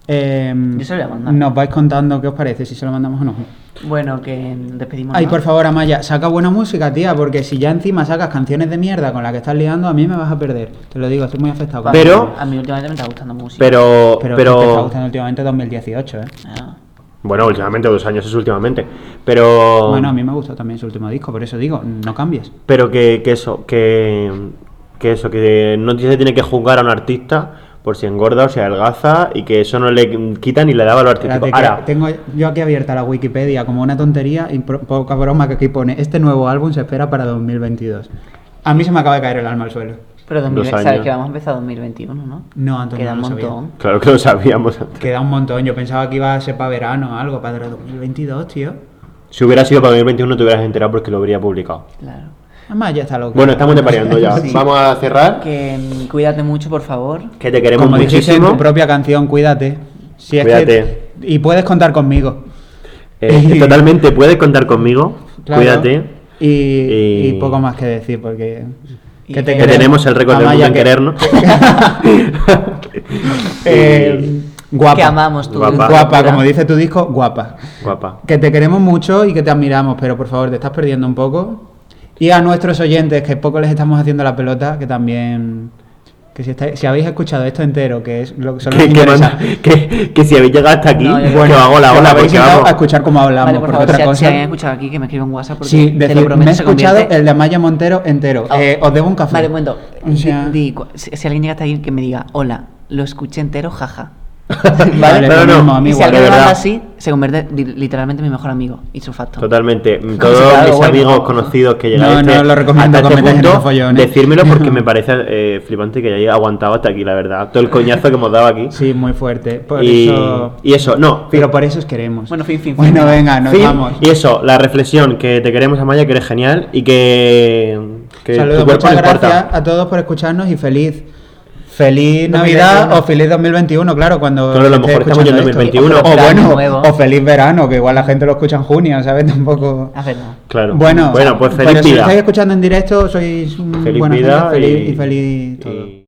C: Eh,
A: Yo se lo voy a mandar.
C: Nos vais contando qué os parece, si se lo mandamos o no.
A: Bueno, que despedimos.
C: Ay,
A: ¿no?
C: por favor, Amaya, saca buena música, tía, porque si ya encima sacas canciones de mierda con las que estás ligando, a mí me vas a perder. Te lo digo, estoy muy afectado. con
A: Vale,
B: Pero-
A: A mí últimamente me está gustando música.
B: Pero...
C: Pero, te está gustando últimamente 2018, ¿eh?
A: Ah.
B: Bueno, últimamente, dos años es últimamente. Pero...
C: Bueno, a mí me gustó también su último disco, por eso digo, no cambies.
B: Pero que, que eso, que, que eso, que no se tiene que juzgar a un artista por si engorda o si adelgaza y que eso no le quita ni le da valor artístico.
C: Espérate, que
B: Ahora,
C: tengo yo aquí abierta la Wikipedia como una tontería y pro- poca broma que aquí pone, este nuevo álbum se espera para 2022. A mí se me acaba de caer el alma al suelo.
A: Pero
B: Dos
A: 2020,
B: años.
A: sabes que vamos a empezar 2021, ¿no?
C: No, Antonio,
A: Queda
C: no lo
A: un
C: sabía.
A: montón.
B: claro que lo sabíamos antes.
C: Queda un montón, yo pensaba que iba a ser para verano o algo, para 2022, tío.
B: Si hubiera sido para 2021 te hubieras enterado porque lo habría publicado.
A: Claro.
C: Además, ya está loco.
B: Bueno, estamos depareando
C: (laughs)
B: ya.
A: Sí.
B: Vamos a cerrar.
A: Que mm, cuídate mucho, por favor.
B: Que te queremos
C: Como dijiste en tu
B: muchísimo.
C: propia canción, cuídate. Si es que-
B: Cuídate.
C: y puedes contar conmigo. (laughs)
B: Eh, totalmente, puedes contar conmigo.
C: Claro.
B: Cuídate.
C: Y,
B: Y-
C: y poco más que decir, porque.
A: Y
C: que
A: que-
B: Que
A: Queremos.
B: tenemos el récord del mundo
C: Eh, Amaya,
B: en
C: que-
B: querernos.
C: (laughs) Eh,
B: (laughs) Y-
C: guapa.
A: Que amamos tu
B: Guapa.
C: Guapa, como dice tu disco, guapa.
B: Guapa.
C: Que te queremos mucho y que te admiramos, pero por favor, te estás perdiendo un poco. Y a nuestros oyentes, que poco les estamos haciendo la pelota, que también. Que si, estáis- si habéis escuchado esto entero, que es lo que solo
B: Que,
C: nos
B: que
C: interesa.
B: manda- que- que si habéis llegado hasta aquí,
A: No, yo creo
B: bueno,
A: que-
B: hago la
C: que
B: ola
C: habéis
B: porque
C: llegado
B: vamos.
C: a
B: (laughs)
C: escuchar cómo hablamos,
A: vale, por
C: porque
A: favor,
C: otra
A: si,
C: cosa.
A: si alguien ha escuchado aquí, que me escriba un WhatsApp porque
C: Sí,
A: te lo
C: decir, me he
A: prometo, se
C: escuchado
A: convierte-
C: el de Amaya Montero entero.
A: Ah.
C: Eh, os debo un café.
A: Vale, un momento.
C: O sea-
A: Di- di cu- si, si alguien llega hasta ahí, que me diga, hola, lo escuché entero, jaja.
C: Vale,
B: No,
C: lo
B: no,
C: mismo,
B: no.
C: a mí
A: Y si
C: igual.
A: alguien me
B: de verdad.
A: manda así, se convierte li- literalmente en mi mejor amigo y su facto.
B: Totalmente. Todos
A: claro,
B: mis
A: bueno.
B: amigos conocidos que llegan
C: No,
B: a este,
C: no lo recomiendo
B: hasta este
C: cometer
B: punto,
C: esos follones.
B: decírmelo
C: (laughs)
B: porque me parece eh, flipante que hayáis aguantado hasta aquí, la verdad. Todo el coñazo que hemos dado aquí.
C: Sí, muy fuerte. Por
B: y,
C: eso.
B: y eso, no.
C: Pero por eso os queremos.
A: Bueno, fin, fin, fin.
C: Bueno, venga, nos
B: fin,
C: vamos.
B: Y eso, la reflexión, que te queremos, Amaya, que eres genial y que, que
C: Saludos,
B: tu cuerpo
C: muchas
B: no importa.
C: gracias a todos por escucharnos y feliz. Feliz
A: 2021.
C: Navidad o feliz 2021, claro, cuando.
B: Claro, a lo
C: estéis
B: mejor estamos ya en
C: escuchando esto.
B: 2021.
C: O
A: Plan
C: bueno,
A: nuevo.
C: o feliz verano, que igual la gente lo escucha en junio, ¿sabes? (laughs) Tampoco.
A: Es verdad.
B: Claro.
C: Bueno,
B: bueno pues
C: pero
B: feliz
C: si lo
B: vida.
C: estáis escuchando en directo, sois mm,
B: Feliz
C: buena
B: vida
C: gente, feliz y,
B: y-
C: feliz todo.
B: y-